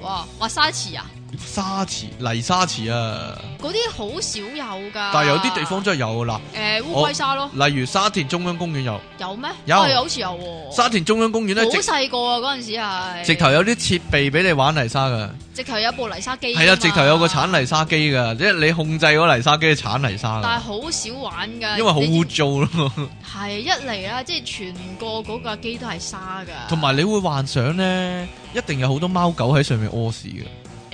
S2: 哇，滑沙池啊，
S1: 沙池、泥沙池啊，
S2: 嗰啲好少有噶。
S1: 但係有啲地方真係有嗱，
S2: 诶烏龜沙咯，
S1: 例如沙田中央公園有，
S2: 有咩？
S1: 有
S2: 啊好似有喎。
S1: 沙田中央公園咧
S2: 好
S1: 直
S2: 細個啊！嗰陣時係
S1: 直頭有啲設備俾你玩泥沙噶，
S2: 直頭有部泥沙啊機㗎嘛。
S1: 係啊啦，直頭有個鏟泥沙機噶，即係你控制嗰泥沙機去鏟泥沙
S2: 但係
S1: 噶，
S2: 好少玩㗎，
S1: 因為好
S2: 你
S1: 污
S2: 知
S1: 糟咯，
S2: 係一嚟啦，即係全個嗰架機都係沙㗎。
S1: 同埋你會幻想咧，一定有好多貓狗喺上面屙屎嘅。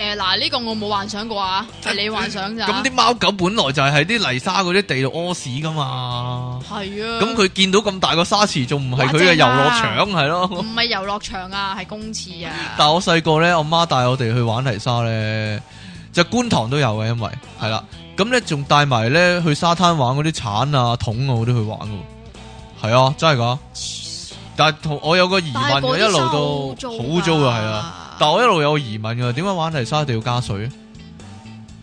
S2: 誒嗱，呢個我冇幻想過啊，係你幻想咋？
S1: 咁啲貓狗本來就係喺啲泥沙嗰啲地度屙屎噶嘛，
S2: 係啊。
S1: 咁佢見到咁大個沙池，仲唔係佢嘅遊樂場係咯？
S2: 唔係遊樂場啊，係公廁啊。
S1: 但我細個咧，我媽帶我哋去玩泥沙咧，就觀塘都有嘅，因為
S2: 啊
S1: 係啦，咁咧仲帶埋咧去沙灘玩嗰啲鏟啊、桶啊，我都去玩嘅，係啊，真係噶。但係同我有個疑
S2: 但
S1: 問
S2: 係
S1: 嘅，
S2: 嗰啲
S1: 啊一路
S2: 沙
S1: 都好
S2: 污
S1: 污糟
S2: 糟㗎
S1: 嘅係啊，但我一路有個疑問嘅，點解玩泥沙一定要加水？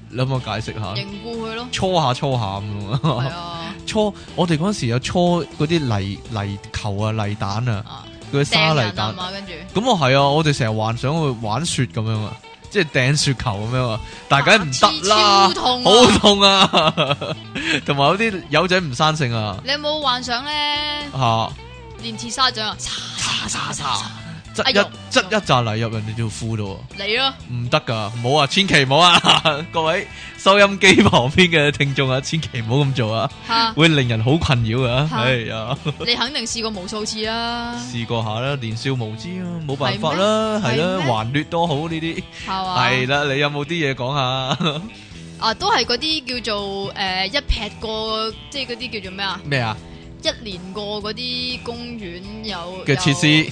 S1: 你可唔可以解釋下？
S2: 凝固佢咯，
S1: 搓下搓下咁樣
S2: 係啊，
S1: 搓，我哋嗰陣時有搓嗰啲泥泥球啊、泥蛋啊，
S2: 啊
S1: 嗰啲沙
S2: 掟
S1: 泥
S2: 人啊
S1: 蛋。
S2: 嘛，跟住
S1: 咁我係啊，我哋成日幻想去玩雪咁樣啊，即係掟雪球咁樣啊，但係梗係唔得啦
S2: 超，痛啊
S1: 好痛啊！ 同埋有啲友仔唔生性啊，
S2: 你有冇幻想咧？
S1: 吓
S2: 連鐵砂掌啊，
S1: 嚓嚓嚓
S2: 嚓，
S1: 執
S2: 哎
S1: 一
S2: 呦
S1: 執一扎泥入人哋條褲度啊！
S2: 你咯，
S1: 唔得噶，唔好啊， 千祈唔好啊！各位收音機旁邊嘅聽眾啊，千祈唔好咁做啊，
S2: 吓
S1: 會令人好困擾噶。
S2: 嚇
S1: 哎呀，
S2: 你肯定試過無數次啦，
S1: 試過下啦，年少無知啊，冇辦法啦，
S2: 係
S1: 係
S2: 咩
S1: 啦，
S2: 係咩
S1: 還劣多好呢啲，
S2: 係嘛？
S1: 係啦，你有冇啲嘢講下
S2: 啊，都係嗰啲叫做诶一劈過，即係嗰啲叫做咩 啊？
S1: 咩啊
S2: 一年過嗰啲公園有
S1: 嘅設施，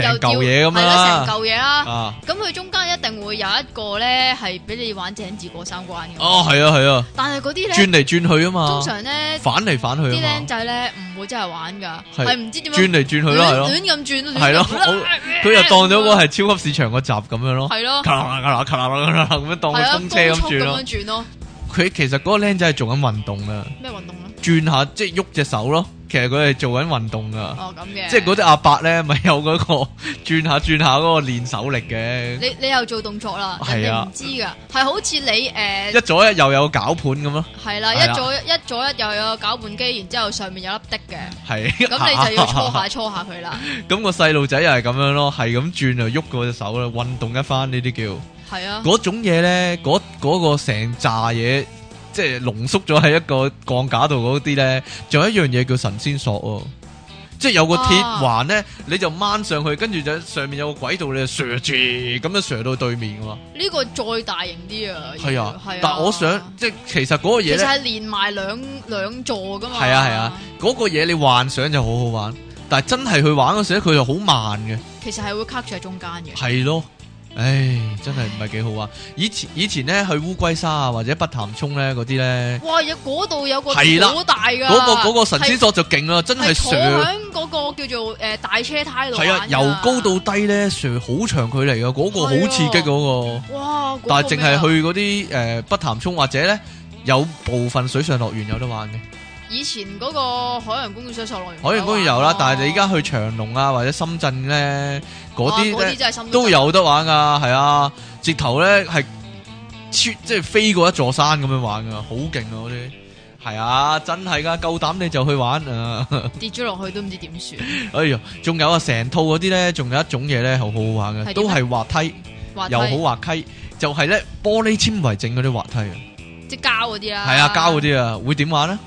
S1: 成嚿嘢咁樣
S2: 係啦，
S1: 啦，
S2: 成嚿嘢啦。
S1: 啊，
S2: 咁佢中間一定會有一個咧，係俾你玩井字過三關嘅。
S1: 哦，係啊，係啊，
S2: 但係嗰啲
S1: 轉嚟
S2: 咧，
S1: 轉去啊嘛
S2: 通，常咧
S1: 反嚟反
S2: 啲
S1: 去啊
S2: 僆
S1: 嘛，
S2: 仔咧唔會真係玩㗎，
S1: 係
S2: 係唔知點
S1: 轉
S2: 樣
S1: 嚟轉去啦，係
S2: 亂
S1: 咯，
S2: 亂咁轉，
S1: 係咯，我佢又當咗個
S2: 係
S1: 係超級市場個閘咁樣咯。
S2: 係咯，
S1: 咔啦咔啦咔啦咔啦咁樣當
S2: 係
S1: 佢
S2: 啊，
S1: 風車
S2: 高
S1: 咁
S2: 速
S1: 轉
S2: 咁
S1: 咯
S2: 樣。轉咯，
S1: 佢其實嗰個僆仔係做緊運動啊，
S2: 咩運動咧？
S1: 轉下即係喐隻手咯。其實佢係做緊運動噶，
S2: 哦咁嘅，
S1: 即係嗰啲阿伯咧，咪有嗰個 轉下轉下嗰個練手力嘅，
S2: 你你又做動作啦，人
S1: 係啊
S2: 哋唔知㗎，係好似你
S1: 一
S2: 誒
S1: 左一右有攪盤咁咯，
S2: 係啦，
S1: 係啦
S2: 一左一左一右有攪拌機，然之後上面有粒的嘅，
S1: 係。啊
S2: 咁 你就要搓下搓下佢啦，
S1: 咁個細路仔又係咁樣咯，係咁轉就喐嗰隻手啦，運動一番呢啲叫
S2: 係啊，
S1: 嗰種嘢咧，嗰嗰個成扎嘢。即係濃縮咗喺一個鋼架度嗰啲咧，仲有一樣嘢叫神仙索喎、即係有個鐵
S2: 啊
S1: 環咧，你就掹上去，跟住就上面有個軌道，你就射住咁樣射到對面噶嘛。
S2: 呢個再大型啲啊，
S1: 係啊，
S2: 係啊，
S1: 但我想即係其實嗰個
S2: 其
S1: 嘢
S2: 實
S1: 咧，
S2: 係連埋兩兩座噶嘛。
S1: 係啊係啊，嗰、個嘢你幻想就好好玩，但係真係去玩嗰時咧，佢就好慢嘅。
S2: 其實係會卡住喺中間嘅。
S1: 係咯，唉，真係唔係幾好玩。以前以前咧去烏龜沙啊，或者北潭涌咧嗰啲咧，
S2: 哇！有嗰度有個
S1: 係啦
S2: 好大㗎，
S1: 嗰、個嗰、個神仙索就勁啦，啊真係
S2: 係坐
S1: 射。
S2: 喺嗰個叫做誒大車胎度
S1: 係啊，
S2: 玩㗎
S1: 由高到低咧，射好長距離嘅，啊嗰、個好刺激嗰、個。
S2: 哇！嗰個
S1: 但係淨係
S2: 咩啊
S1: 去嗰啲誒北潭涌或者咧有部分水上樂園有得玩嘅，
S2: 以前嗰個海洋公園水上樂園，
S1: 海洋公園有啊啦。
S2: 哦
S1: 但係你而家去長隆啊或者深圳咧啊嗰
S2: 哇
S1: 啲
S2: 嗰啲
S1: 咧
S2: 真係心
S1: 都有得玩噶，係啊，直頭咧係穿即係飛過一座山咁樣玩噶，好勁啊嗰啲。係啊，真係噶，夠膽你就去玩啊！
S2: 跌咗落去都唔知點算。
S1: 哎呀，仲有啊，成套嗰啲咧，仲有一種嘢咧，好好玩嘅，
S2: 係點
S1: 都
S2: 咧
S1: 係滑梯。
S2: 滑梯
S1: 又好滑稽，就係咧玻璃纖維整嗰啲滑梯啊，
S2: 即係膠嗰啲啦。
S1: 係啊膠嗰啲啊，會點玩咧？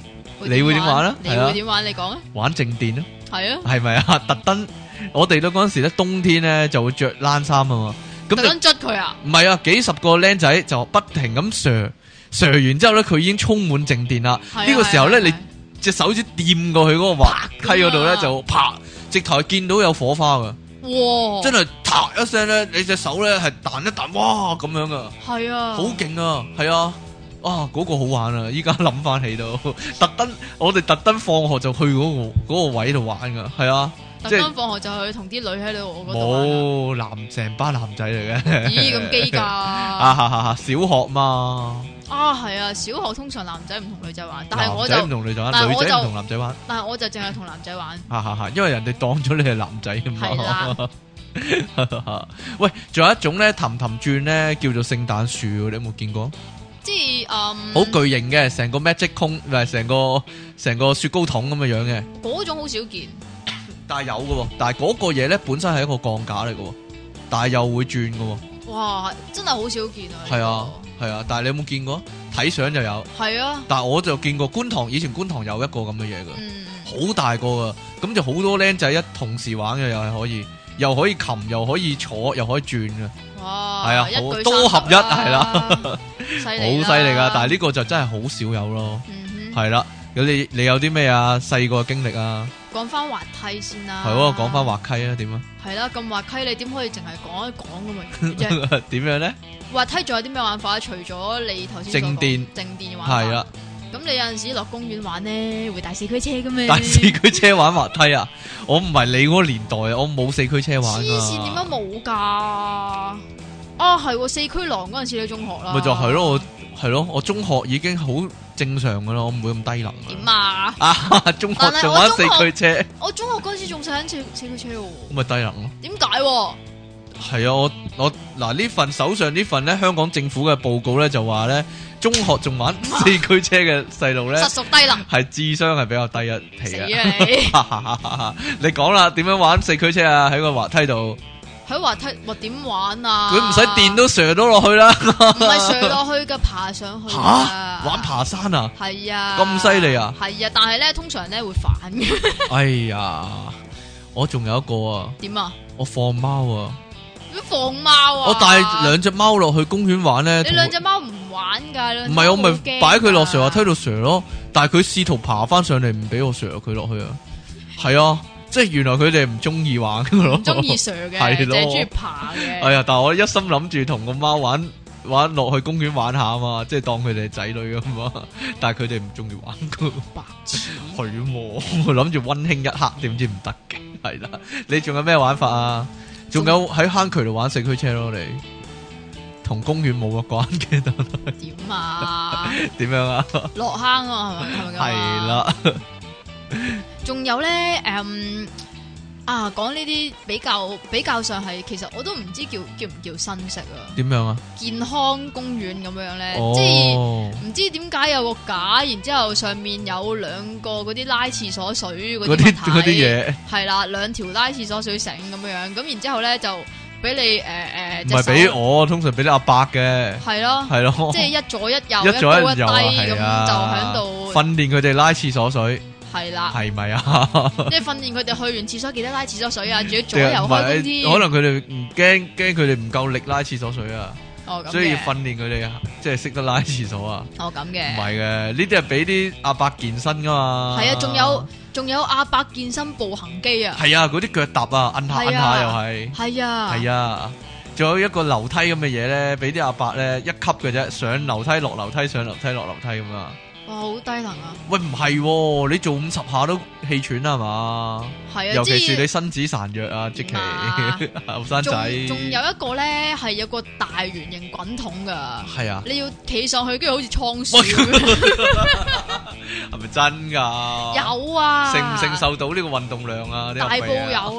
S1: 你會點玩啊
S2: 你
S1: 係啊
S2: 會點玩？你講啊。
S1: 玩靜電咯，
S2: 係啊，
S1: 係咪啊？ 特登我哋咧嗰陣時咧冬天咧就會着冷衫啊嘛，咁
S2: 特
S1: 就
S2: 登捽佢啊！
S1: 唔係啊，幾十個僆仔就不停咁射射完之後咧，佢已經充滿靜電啦。
S2: 係啊
S1: 呢個時候咧，
S2: 係啊
S1: 你
S2: 係啊
S1: 隻手指掂過去嗰個滑梯嗰度咧，就啪，直頭係見到有火花噶，
S2: 啊哇，
S1: 真係嗒一聲咧，你隻手咧係彈一彈，哇咁樣噶。
S2: 係啊，
S1: 好勁啊，係啊，啊嗰、個好玩啊！依家諗翻起都 特登，我哋特登放學就去嗰、個嗰個位度玩噶，係啊，
S2: 特
S1: 即係
S2: 登放學就去同啲女喺度我嗰度玩 啊
S1: 冇男成班男仔嚟嘅，
S2: 咦，咁基㗎？
S1: 啊
S2: 啊，
S1: 哈哈哈，小學嘛，
S2: 係啊，小學通常男仔唔同女仔玩，但係
S1: 男
S2: 我
S1: 仔唔
S2: 就
S1: 同女仔玩，
S2: 但係
S1: 女
S2: 我
S1: 仔唔
S2: 就
S1: 同男仔玩，
S2: 但係我就淨係同男仔玩，
S1: 哈哈哈，因為人哋當咗你係男仔啊
S2: 係啦
S1: 嘛，喂，仲有一種咧，氹氹轉咧，叫做聖誕樹喎，你有冇見過？
S2: 即係嗯，
S1: 好巨型嘅，成個 magic 空，唔係成個成個雪糕筒咁嘅樣嘅，
S2: 嗰種好少見，
S1: 但係有嘅喎，但係嗰個嘢咧本身係一個鋼架嚟嘅喎，但係又會轉嘅喎，
S2: 哇，真係好少見啊！
S1: 係啊係啊，但係你有冇見過？睇相就有，
S2: 呢個，係啊，
S1: 但係我就見過觀塘以前觀塘有一個咁嘅嘢嘅。
S2: 嗯，
S1: 好大個噶，咁就好多僆仔一同時玩嘅，又係可以，又可以擒，又可以坐，又可以轉嘅，
S2: 哇，
S1: 係啊
S2: 一
S1: 好
S2: 舉
S1: 多
S2: 三
S1: 合
S2: 得
S1: 一係啦，
S2: 犀
S1: 好
S2: 利啦
S1: 犀利噶。但係呢個就真係好少有咯，
S2: 嗯哼，
S1: 係啦。咁你你有啲咩啊？細個嘅經歷啊，
S2: 講翻滑梯先啦，
S1: 係喎，講翻，滑稽啊，點啊？
S2: 係啦，咁滑梯你點可以淨係講一講 咁嘛？啫？
S1: 點樣咧？
S2: 滑梯仲有啲咩玩法？除咗你頭先
S1: 靜電
S2: 正電嘅玩法，
S1: 係啊啦，
S2: 咁你有陣時落公園玩呢，會帶四驅車噶咩？
S1: 但係四驅車玩滑梯 啊，我唔係你嗰個年代啊，我冇四驅車玩
S2: 黐線點解
S1: 啊，
S2: 冇㗎？啊，係喎，四驅狼嗰陣時你中學啦，
S1: 咪就係咯，我係咯，我中學已經好正常噶啦，我唔會咁低能㗎
S2: 點
S1: 啦。
S2: 啊？
S1: 啊， 中學仲玩四驅車，
S2: 我中學嗰陣時仲使緊四四驅車喎，
S1: 咁咪低能咯。
S2: 點解喎？
S1: 系啊，我我嗱呢份手上呢份咧，香港政府嘅報告咧就話咧，中學仲 玩四驅車嘅細路咧
S2: 實，屬低能，
S1: 係智商係比較低一
S2: 死
S1: 皮
S2: 啊你！
S1: 啊！你講啦，點樣玩四驅車啊？喺個滑梯度，
S2: 喺滑梯我點玩啊？
S1: 佢唔使電都射到落去啦。
S2: 唔係上落去嘅，爬上去
S1: 吓，
S2: 㗎
S1: 玩爬山啊？
S2: 係啊，
S1: 咁犀利啊！
S2: 係啊，但係咧通常咧會反嘅，
S1: 哎呀，我仲有一個啊，
S2: 點啊？
S1: 我放貓啊，
S2: 你放貓啊！
S1: 我帶哦兩隻貓落去公園玩咧，
S2: 你
S1: 同
S2: 兩隻貓唔玩㗎，
S1: 唔係我咪
S2: 啊
S1: 擺佢落
S2: 水
S1: 蛇滑梯度蛇咯，但係佢試圖爬翻上嚟，唔俾我蛇佢落去啊。係啊，即係原來佢哋唔中意玩噶咯。
S2: 唔中意啊蛇嘅，
S1: 係
S2: 淨
S1: 咯
S2: 係中意爬嘅。
S1: 哎呀，但係我一心諗住同個貓玩玩落去公園玩下啊嘛，即係當佢哋係仔女咁 嘛。但係佢哋唔中意玩噶。
S2: 白痴！
S1: 係喎，我諗住温馨一刻，點知唔得嘅。係啦，你仲有咩玩法啊？仲有喺坑渠度玩四驅車咯，你同公園冇乜關嘅，但係
S2: 點啊？
S1: 點樣啊？
S2: 落坑啊，係咪係咪咁啊？
S1: 係。啦，
S2: 仲有咧，誒、嗯啊，講呢啲比較比較上係，其實我都唔知叫叫唔叫新式啊，
S1: 點樣啊？
S2: 健康公園咁樣咧，即係
S1: 哦，
S2: 唔知點解有個架，然之後上面有兩個嗰啲拉廁所水
S1: 嗰
S2: 嗰
S1: 啲
S2: 啲
S1: 嗰啲嘢，
S2: 係啦，兩條拉廁所水繩咁樣樣，咁然之後咧就俾你誒誒，呃
S1: 唔係俾，
S2: 隻手
S1: 我，通常俾啲阿伯嘅，
S2: 係咯。
S1: 係咯，
S2: 即係一左一右、
S1: 一
S2: 一
S1: 左
S2: 高
S1: 一
S2: 一低
S1: 右啊，係
S2: 咁就
S1: 啊
S2: 喺，度
S1: 訓練佢哋拉廁所水，
S2: 係 啦，
S1: 係咪啊？
S2: 即係訓練佢哋去完廁所記得拉廁所水啊，仲要
S1: 定
S2: 左右
S1: 嗯係
S2: 開
S1: 唔
S2: 工
S1: 係？
S2: 啲。
S1: 可能佢哋唔驚驚佢哋唔夠力拉廁所水啊，
S2: 哦咁
S1: 所以要
S2: 嘅，
S1: 訓練佢哋即係識得拉廁所啊。
S2: 哦咁
S1: 唔
S2: 嘅，
S1: 係嘅，呢啲係俾啲阿伯健身噶嘛。
S2: 係啊，仲有仲有阿伯健身步行機啊，
S1: 係啊，嗰啲腳踏啊，摁下摁下
S2: 係啊
S1: 又係。
S2: 係啊，
S1: 系
S2: 啊，
S1: 啊，仲有一個樓梯咁嘅嘢咧，俾啲阿伯咧一級嘅啫，上樓梯落樓梯上樓梯落樓梯咁啊！
S2: 哇好低能啊，
S1: 喂，唔係喎，你做五十下都氣喘啦係嘛？
S2: 係啊，
S1: 尤其
S2: 即係
S1: 是你身子孱弱啊，即其
S2: 嘛
S1: 後生仔，
S2: 仲仲有一個咧係有個大圓形滾筒噶，
S1: 係啊，
S2: 你要企上去，跟住好似倉鼠
S1: 喂
S2: 咁樣，
S1: 係咪真 㗎？
S2: 有啊，
S1: 承唔承受到呢個運動量啊？你
S2: 大
S1: 係
S2: 埔
S1: 咪啊
S2: 有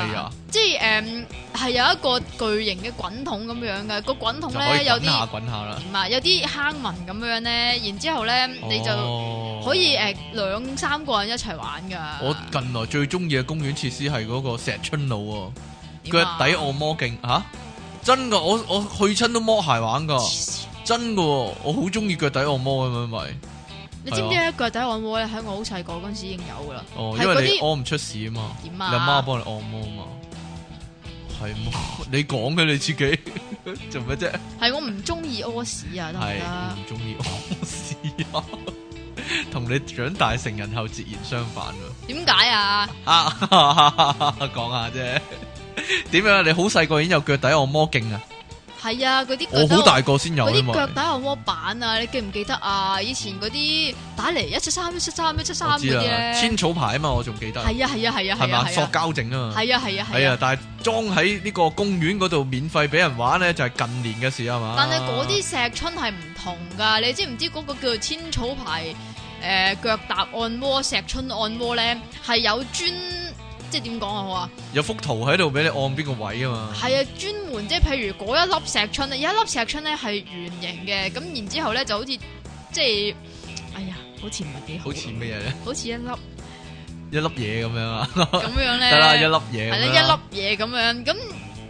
S1: 係啊，
S2: 即係誒係有一個巨型嘅滾筒咁樣嘅，個滾筒
S1: 就可
S2: 咧
S1: 以
S2: 有
S1: 滾
S2: 啲
S1: 下
S2: 點
S1: 滾下啦，
S2: 啊，有啲坑紋咁樣咧，然之後咧
S1: 哦
S2: 你就
S1: 就
S2: 可以誒兩三個人一齊玩噶。
S1: 我近來最中意嘅公園設施係嗰個石春路喎。
S2: 點
S1: 腳
S2: 啊
S1: 底按摩勁吓、真噶！我我去親都摸鞋玩噶，
S2: 黐線
S1: 真噶！我好中意腳底按摩咁樣咪，
S2: 你知唔知咧腳底按摩咧喺我好細個嗰陣時已經有噶啦？
S1: 哦，因
S2: 係嗰
S1: 為你
S2: 啲
S1: 屙唔出屎啊嘛，
S2: 點
S1: 你阿媽
S2: 啊？
S1: 幫你按摩啊嘛，係嘛？ 你講嘅你自己 做咩啫？
S2: 係我唔中意屙屎啊，得唔
S1: 係
S2: 得？
S1: 唔中意屙屎啊？ 同你長大成人後截然相反喎，
S2: 點解啊？
S1: 啊， 講下啫。點樣啊？你好細個已經有腳底按摩勁啊！
S2: 係啊，嗰啲
S1: 我
S2: 腳底
S1: 好大個先有
S2: 嗰
S1: 啊
S2: 啲
S1: 嘛。
S2: 腳底按摩板啊，你記唔記得啊？以前嗰啲打嚟一七三一七三一七三
S1: 我
S2: 嗰
S1: 知
S2: 啲
S1: 啦，
S2: 咧，
S1: 千草牌啊嘛，我仲記得，
S2: 係啊係啊係
S1: 係
S2: 啊係啊
S1: 嘛，塑
S2: 係啊。
S1: 膠整啊嘛，
S2: 系啊系啊系
S1: 係啊
S2: 啊，，
S1: 但係裝喺呢個公園嗰度免費俾人玩咧，就係近年嘅事啊嘛。
S2: 但係嗰啲石春係唔同噶，你知唔知嗰個叫做千草牌诶脚踏按摩、石春按摩咧，係有專即係點講啊好啊？
S1: 有幅圖喺度俾你按邊個位啊嘛。
S2: 係啊，專門即係譬如嗰一粒石春咧，有一粒石春咧係圓形嘅，咁然之後咧就好似即係，哎呀，好似唔係幾好，
S1: 好似咩嘢咧？
S2: 好似一粒
S1: 一粒嘢咁樣啊，
S2: 咁樣 咧，
S1: 得啦，一粒嘢
S2: 係
S1: 咁樣啊
S2: 啦，一粒嘢咁樣，咁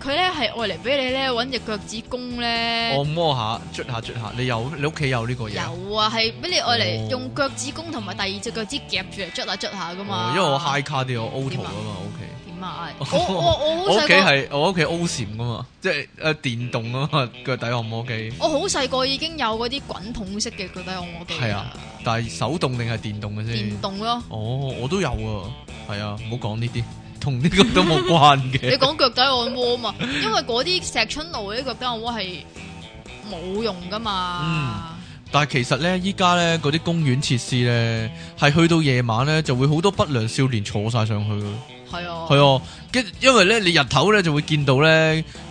S2: 佢咧係愛嚟俾你咧揾只腳趾公咧。
S1: 按摩下，捽下捽下。你有你屋企有呢個嘢？
S2: 有啊，係俾你
S1: 哦
S2: 愛嚟用腳趾公同埋第二隻腳趾夾住嚟捽下捽下噶啊嘛
S1: 哦。因為我 high 卡啲，我 O 圖
S2: 點
S1: 啊
S2: 啊
S1: 嘛，屋企。
S2: 點啊？我我我
S1: 我
S2: 好
S1: 屋
S2: 細
S1: 企
S2: 個，
S1: 係我屋企 O 閃噶嘛，即係誒電動啊嘛 腳底按摩機，
S2: 我好細個已經有嗰啲滾筒式嘅腳底按摩機
S1: 係啊
S2: 啦，
S1: 但係手動定係電動嘅先
S2: 電。動咯。
S1: 哦，我都有啊，係啊，唔好講呢啲，同呢個都冇關
S2: 你
S1: 嘅。
S2: 講腳底按摩啊嘛，因為嗰啲石春路啲腳底按摩係冇用噶嘛。
S1: 但係其實呢，依家呢嗰啲公園設施呢，係去到夜晚呢，就會好多不良少年坐晒上去㗎。
S2: 係啊，
S1: 係啊，跟因為呢，你日頭呢就會見到呢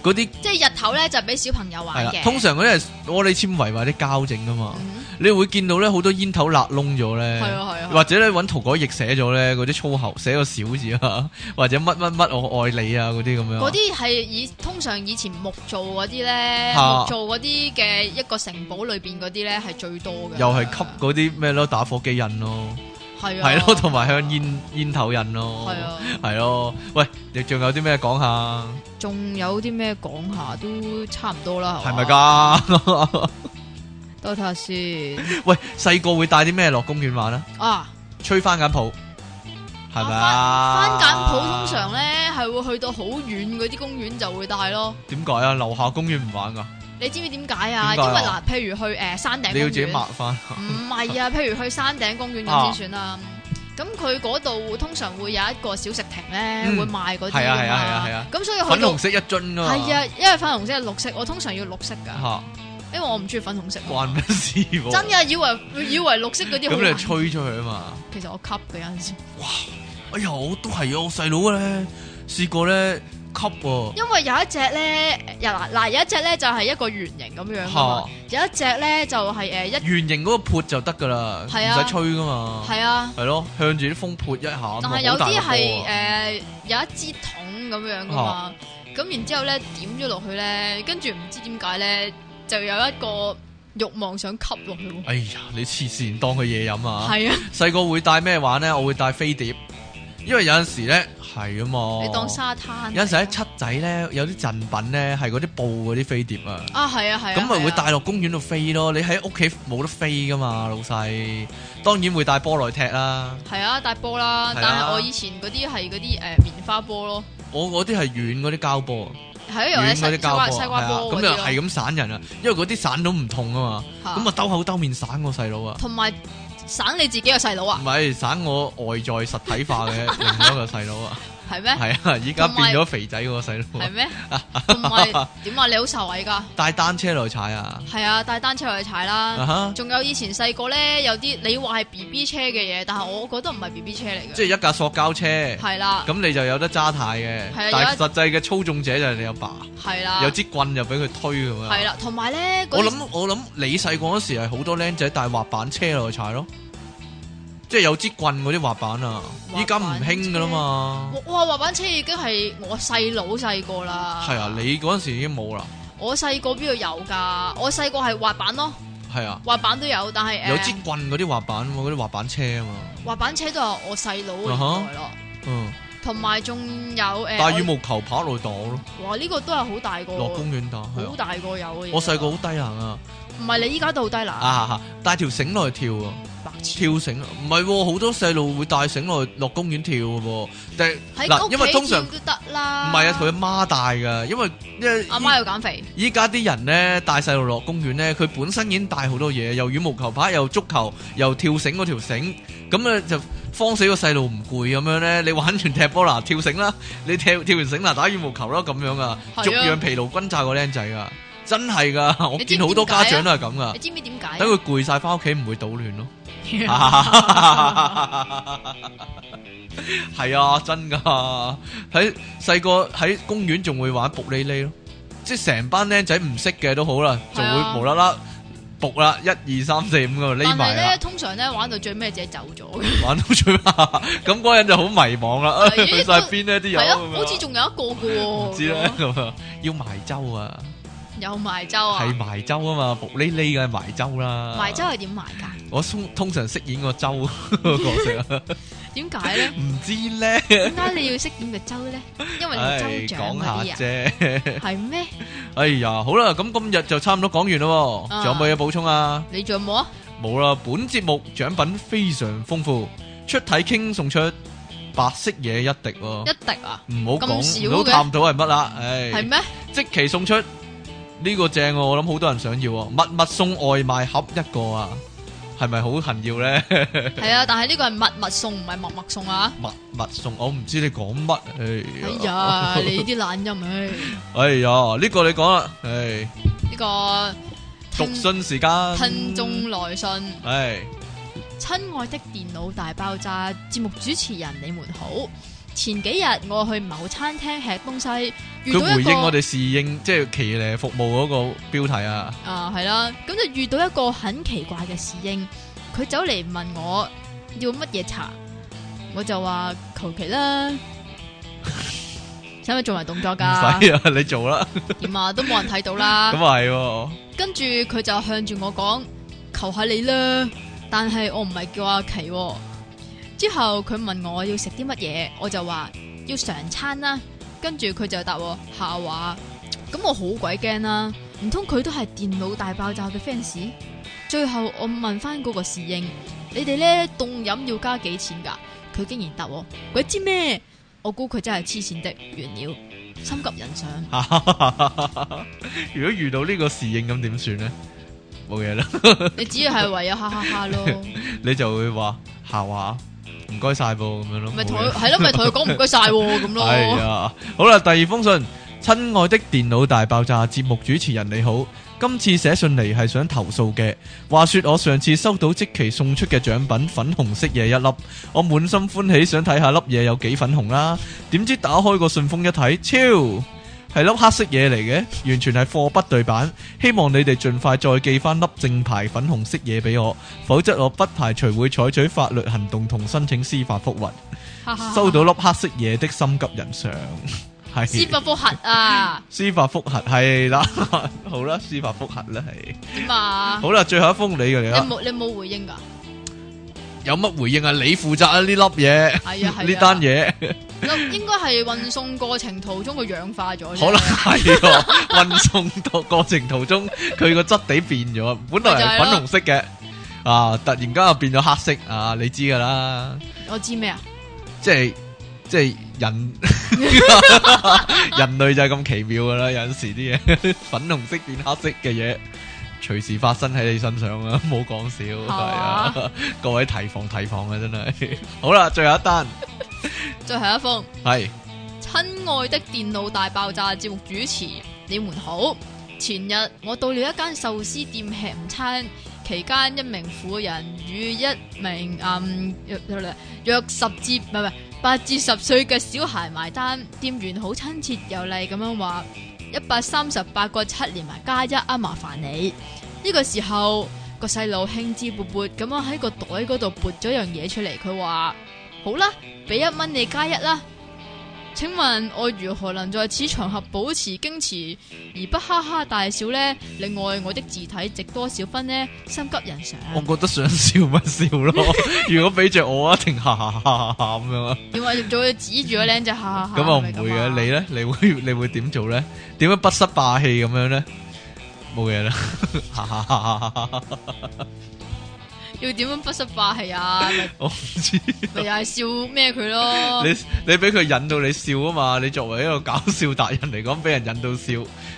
S1: 嗰啲
S2: 即係日頭咧就俾小朋友
S1: 係
S2: 玩
S1: 啦
S2: 嘅，。
S1: 通常嗰啲係玻璃纖維或者膠整噶嘛，
S2: 嗯
S1: 你會見到呢好多煙頭辣窿咗呢。
S2: 係啊係啊，
S1: 或者咧揾塗改液寫咗咧嗰啲粗口，寫個小字啊，或者乜乜乜我愛你啊嗰 啲咁樣。
S2: 嗰啲係以通常以前木造嗰啲咧，
S1: 嚇
S2: 木造嗰啲嘅一個城堡裏邊嗰啲咧係最多嘅。
S1: 又係吸嗰啲咩咯，打火機印咯，
S2: 係啊，
S1: 係咯，同埋香煙煙頭印咯，
S2: 係啊，
S1: 係咯。喂，你仲有啲咩講下？
S2: 仲有啲咩講下都差唔多啦，
S1: 係咪
S2: 噶？
S1: 㗎？
S2: 等我睇下先
S1: 喂，細個會帶啲咩落公園玩啊？
S2: 啊！
S1: 吹番梘泡係咪
S2: 翻
S1: 啊？
S2: 簡譜通常咧係會去到好遠嗰啲公園就會帶咯。
S1: 點解啊？樓下公園唔玩㗎，
S2: 你知唔知點解啊？
S1: 點解
S2: 因為
S1: 啊
S2: 嗱，譬如去誒山頂
S1: 你要
S2: 公
S1: 自己啊抹
S2: 園，
S1: 翻。
S2: 唔係 啊，譬如去山頂公園咁先算啦。咁佢嗰度通常會有一個小食亭咧，
S1: 嗯
S2: 會賣嗰啲
S1: 係啊
S2: 㗎
S1: 係啊係啊
S2: 嘛
S1: 係啊
S2: 咁所以
S1: 粉
S2: 去到
S1: 紅色一樽㗎嘛。啊
S2: 係啊，因為粉紅色係綠色，我通常要綠色㗎，
S1: 嚇，
S2: 因為我唔中意粉紅色。
S1: 關咩事喎？
S2: 真嘅，以為以為綠色嗰啲
S1: 咁
S2: 好
S1: 你就
S2: 難，
S1: 吹出去啊嘛。
S2: 其實我吸嘅有陣時，
S1: 哎呀，我都係啊！我細佬咧試過咧吸喎，
S2: 因為有一隻咧，又嗱嗱有一隻咧就係一個圓形咁樣㗎嘛
S1: 嚇
S2: 有一隻咧就係誒一
S1: 圓形嗰個潑就得噶啦，唔
S2: 係啊
S1: 使吹噶嘛，
S2: 係啊。
S1: 係咯，向住啲風潑一下咁啊，
S2: 但係有
S1: 好大
S2: 啲
S1: 個
S2: 係
S1: 啊
S2: 誒有一支筒咁樣噶嘛，咁、然之後咧點咗落去咧，跟住唔知點解咧就有一個慾望想吸落去喎。
S1: 哎呀，你黐線當佢嘢飲啊！
S2: 係啊，
S1: 細個會帶咩玩咧？我會帶飛碟，因為有陣時咧係啊嘛，
S2: 你當沙灘。
S1: 有陣時喺七仔咧有啲贈品咧係嗰啲布嗰啲飛碟啊。
S2: 啊，係啊，係啊。
S1: 咁咪會
S2: 會
S1: 帶落公園度飛咯，你喺屋企冇得飛噶嘛，老細。當然會帶波內踢啦，
S2: 係啊，帶波啦，
S1: 係啊
S2: 但係我以前嗰啲係嗰啲誒棉花波咯，
S1: 我嗰啲係軟嗰啲膠波啊。
S2: 係啊，又
S1: 軟嗰啲
S2: 係西西
S1: 膠
S2: 瓜
S1: 波，
S2: 西
S1: 係
S2: 瓜
S1: 啊，
S2: 波
S1: 咁
S2: 嗰
S1: 就
S2: 啲咯
S1: 係咁散人啊，因為嗰啲散到唔痛啊
S2: 嚇
S1: 嘛，咁啊兜口兜面散我細佬啊，
S2: 同埋省你自己個細佬啊
S1: 唔，係散我外在實體化 嘅另一個細佬啊，
S2: 係咩？
S1: 係啊，依家
S2: 同埋
S1: 變咗肥仔嗰個細佬
S2: 係
S1: 啊，
S2: 咩？同埋點啊？你好受惠㗎，
S1: 帶單車嚟踩啊，
S2: 係啊，帶單車去踩啦。
S1: 啊哈，
S2: 仲有以前細個咧，有啲你話係 B B 車嘅嘢，但係我覺得唔係 B B 車嚟
S1: 即
S2: 嘅，
S1: 係一架塑膠車，
S2: 係啦，
S1: 咁你就有得揸太嘅，
S2: 係啊
S1: 但
S2: 有
S1: 係
S2: 一
S1: 實際嘅操縱者就係你阿爸，
S2: 係啦，
S1: 有支棍就俾佢推咁
S2: 係
S1: 樣。
S2: 啦，同埋咧，嗰
S1: 我
S2: 啲
S1: 諗我諗你細個嗰時係好多僆仔帶滑板車落去踩咯，即係有支棍嗰啲滑板啊，依家唔興噶啦嘛。
S2: 哇滑板車已經係我細佬細個啦，
S1: 係啊，你嗰陣時已經冇啦，
S2: 我細個邊度有㗎？我細個係滑板咯，
S1: 係啊，
S2: 滑板都有，但係
S1: 有支
S2: 誒
S1: 棍嗰啲滑板喎，嗰啲滑板車啊嘛，
S2: 滑板車都係我細佬
S1: 啊
S2: 嘅年代咯，
S1: 嗯，
S2: 同埋仲有誒，
S1: 帶羽毛球拍落去打咯，
S2: 我哇呢個都係好大個，
S1: 落公園打，係
S2: 好
S1: 啊，
S2: 大個有嘅嘢，
S1: 我細個好低能啊，
S2: 唔係你依家都好低啦，
S1: 啊，帶條繩落去跳啊，
S2: 白痴
S1: 跳繩啊，唔係喎，好多細路會帶繩落去落公園跳嘅喎，但係
S2: 喺
S1: 嗱
S2: 屋
S1: 因為通
S2: 企
S1: 常
S2: 跳都得啦，
S1: 唔係啊，佢阿媽帶㗎，因為因為
S2: 啊阿媽要減肥。
S1: 依家啲人咧帶細路落公園咧，佢本身已經帶好多嘢，又羽毛球拍，又足球，又跳繩嗰條繩，咁咧就慌死個細路唔攰咁樣咧。你玩完踢波啦，跳繩啦，你踢跳完繩啦，打羽毛球啦，咁樣啊，
S2: 係啊
S1: 逐樣疲勞轟炸個僆仔啊，真係噶，我
S2: 你知唔知啊
S1: 見好多家長都係咁噶
S2: 你，知唔知點解？啊
S1: 等佢攰晒翻屋企唔會搗亂咯。 係啊，真噶！喺細個喺公園仲會玩卜哩哩咯，即係成班僆仔唔識嘅都好啦，就
S2: 係啊
S1: 會無啦啦仆啦，一二三四五咁就匿
S2: 但
S1: 埋
S2: 係咧，
S1: 啦，
S2: 通常咧玩到最尾自己走咗嘅，
S1: 玩到最尾， 咁嗰人就好迷茫啦，
S2: 係
S1: 去晒邊呢啲友
S2: 係
S1: 咁
S2: 啊，
S1: 樣
S2: 好似仲有一個嘅喎。
S1: 唔知咧咁啊，要埋周啊，
S2: 有埋周啊
S1: 係？埋周啊嘛，仆呢呢嘅埋周啦，
S2: 埋周係點埋㗎？
S1: 我通通常飾演個周個角 色啊，
S2: 點 解咧？
S1: 唔知咧，
S2: 點解你要識點嘅周咧？因為你
S1: 唉，
S2: 係州長
S1: 講
S2: 嗰啲
S1: 下
S2: 啊，
S1: 啫。
S2: 係咩？
S1: 哎呀，好啦，咁今日就差唔多講完咯喎，
S2: 啊
S1: 仲有冇嘢補充啊？
S2: 你仲有冇啊？
S1: 冇啦，本節目獎品非常豐富，出體傾送出白色嘢一滴喎，
S2: 一滴啊？
S1: 唔好
S2: 咁少
S1: 講，
S2: 嘅
S1: 唔好探到係乜啦，
S2: 係
S1: 唉，
S2: 咩？
S1: 即期送出呢個正喎，我諗好多人想要喎，密密送外賣盒一個啊，係咪好痕要 呢？
S2: 係啊，但係呢個係密密送，唔係默默送啊！
S1: 密密送，我唔知你講乜，
S2: 哎
S1: 哎呀，
S2: 呀， 你啲懶音唉，
S1: 哎呀，呢個你講啦，唉，
S2: 呢 個
S1: 讀
S2: 聽
S1: 信時間，
S2: 聽眾來信。
S1: 唉。
S2: 親愛的電腦大爆炸節目主持人，你們好。前幾日我去某餐廳吃東西，遇到
S1: 佢回
S2: 一個
S1: 應我哋侍應，即係騎呢服務嗰個標題啊，
S2: 啊係啦，咁就遇到一個很奇怪嘅侍應，佢走嚟問我要乜嘢茶，我就話求其 啦。使唔使做埋動作
S1: 唔
S2: 噶？
S1: 使啊， 你做啦，
S2: 點啊，都冇人睇到啦
S1: 咁。啊係喎，
S2: 跟住佢就向住我講：求下你啦！但係我唔係叫阿琪、喎。之後佢問我要食啲乜嘢，我就話要常餐啦。跟住佢就答我下話，咁我好鬼驚啦！唔通佢都係電腦大爆炸嘅 fans？最後我問翻嗰個侍應：你哋呢凍飲要加幾錢㗎？佢竟然答我：鬼知咩？我估佢真係黐線的，完了，心急人上。
S1: 如果遇到呢個侍應咁點算咧？冇嘢啦，
S2: 你只要係唯有哈哈哈咯。
S1: 你就會話下話，唔該晒噃咁樣咯，
S2: 咪同
S1: 冇嘢
S2: 佢係咯，咪同佢講唔該晒 喎咁
S1: 係
S2: 咯。
S1: 啊，好啦，第二封信，親愛的電腦大爆炸節目主持人你好，今次寫信嚟係想投訴嘅。話說我上次收到即期送出嘅獎品粉紅色嘢一粒，我滿心歡喜想睇下粒嘢有幾粉紅啦。點知打開個信封一睇，超係粒黑色嘢嚟嘅，完全係貨不對版。希望你哋盡快再寄翻粒正牌粉紅色嘢俾我，否則我不排除會採取法律行動同申請司法覆核。
S2: 哈哈哈
S1: 收到粒黑色嘢的心急人 上，
S2: 司
S1: 係
S2: 法覆核啊，
S1: 司法覆核係啦， 好啦，司法覆核啦係，
S2: 點啊？
S1: 好啦，最後一封你嘅嚟
S2: 你
S1: 啦，
S2: 冇你冇回應㗎？
S1: 有乜回應啊？你負責啊呢粒嘢，
S2: 係啊係啊
S1: 呢單嘢
S2: 應該係運送過程途中佢氧化咗啫。
S1: 可能係喎運送到過程途中佢個質地變咗，本來係
S2: 咪就係咯
S1: 粉紅色嘅，啊突然間又變咗黑色啊，你知㗎啦。
S2: 我知咩啊？
S1: 即係即係人 人類就係咁奇妙噶啦，有陣時啲嘢 粉紅色變黑色嘅嘢，隨時發生喺你身上啊！冇講笑，係
S2: 啊
S1: 啊， 各位提防提防啊！真係 好啦，最後一單
S2: 最後一封，
S1: 係
S2: 親愛的電腦大爆炸節目主持，你們好。前日我到了一間壽司店吃午餐，期間一名婦人與一名嗯約約十至唔係唔係八至十歲嘅小孩埋單，店員好親切有禮咁樣話：一百三十八個七連埋加一啊，麻煩你。呢個時候個細路興致勃勃咁樣喺個袋嗰度撥咗樣嘢出嚟，佢話：好啦，俾一蚊你加一啦。請問我如何能在此場合保持矜持而不哈哈大笑呢？另外，我的字體值多少分呢？心急人上，
S1: 我覺得想笑咪笑 咯，如果俾着我一定哈哈哈哈咁樣啊，
S2: 點解要做要指住個僆仔哈哈哈？
S1: 咁我唔
S2: 嗯係咪
S1: 會
S2: 咁啊
S1: 嘅。你咧，你會你會點做咧？點樣不失霸氣咁樣咧？冇嘢啦， 哈哈哈哈哈哈！
S2: 要點樣不失霸氣啊？咪
S1: 我唔知。
S2: 咪又係笑咩佢咯？
S1: 你你俾佢引到你笑啊嘛！你作為一個搞笑達人嚟講，俾人引到笑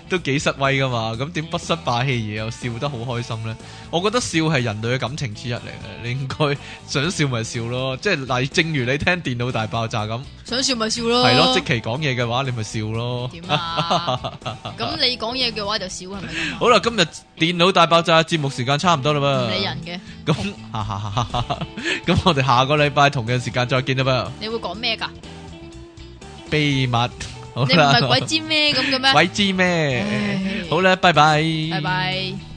S1: 都幾失威噶嘛！咁點不失霸氣而又笑得好開心呢？我覺得笑係人類嘅感情之一嚟嘅，你應該想笑咪笑咯。即係嗱，正如你聽電腦大爆炸咁，
S2: 想笑咪笑咯。
S1: 係咯，即期講嘢嘅話，你咪笑咯。
S2: 點 啊？咁你講嘢嘅話就少係咪咁啊？
S1: 好啦，今日電腦大爆炸節目時間差唔多啦
S2: 唔
S1: 噃，
S2: 理人嘅，
S1: 咁，哈哈哈哈哈咁我哋下個禮拜同嘅時間再見啦
S2: 你會講咩㗎？
S1: 噃，秘密好
S2: 你唔係
S1: 啦
S2: 鬼，知咩咁嘅咩？
S1: 鬼知咩
S2: 唉？
S1: 好啦，拜拜，
S2: 拜拜。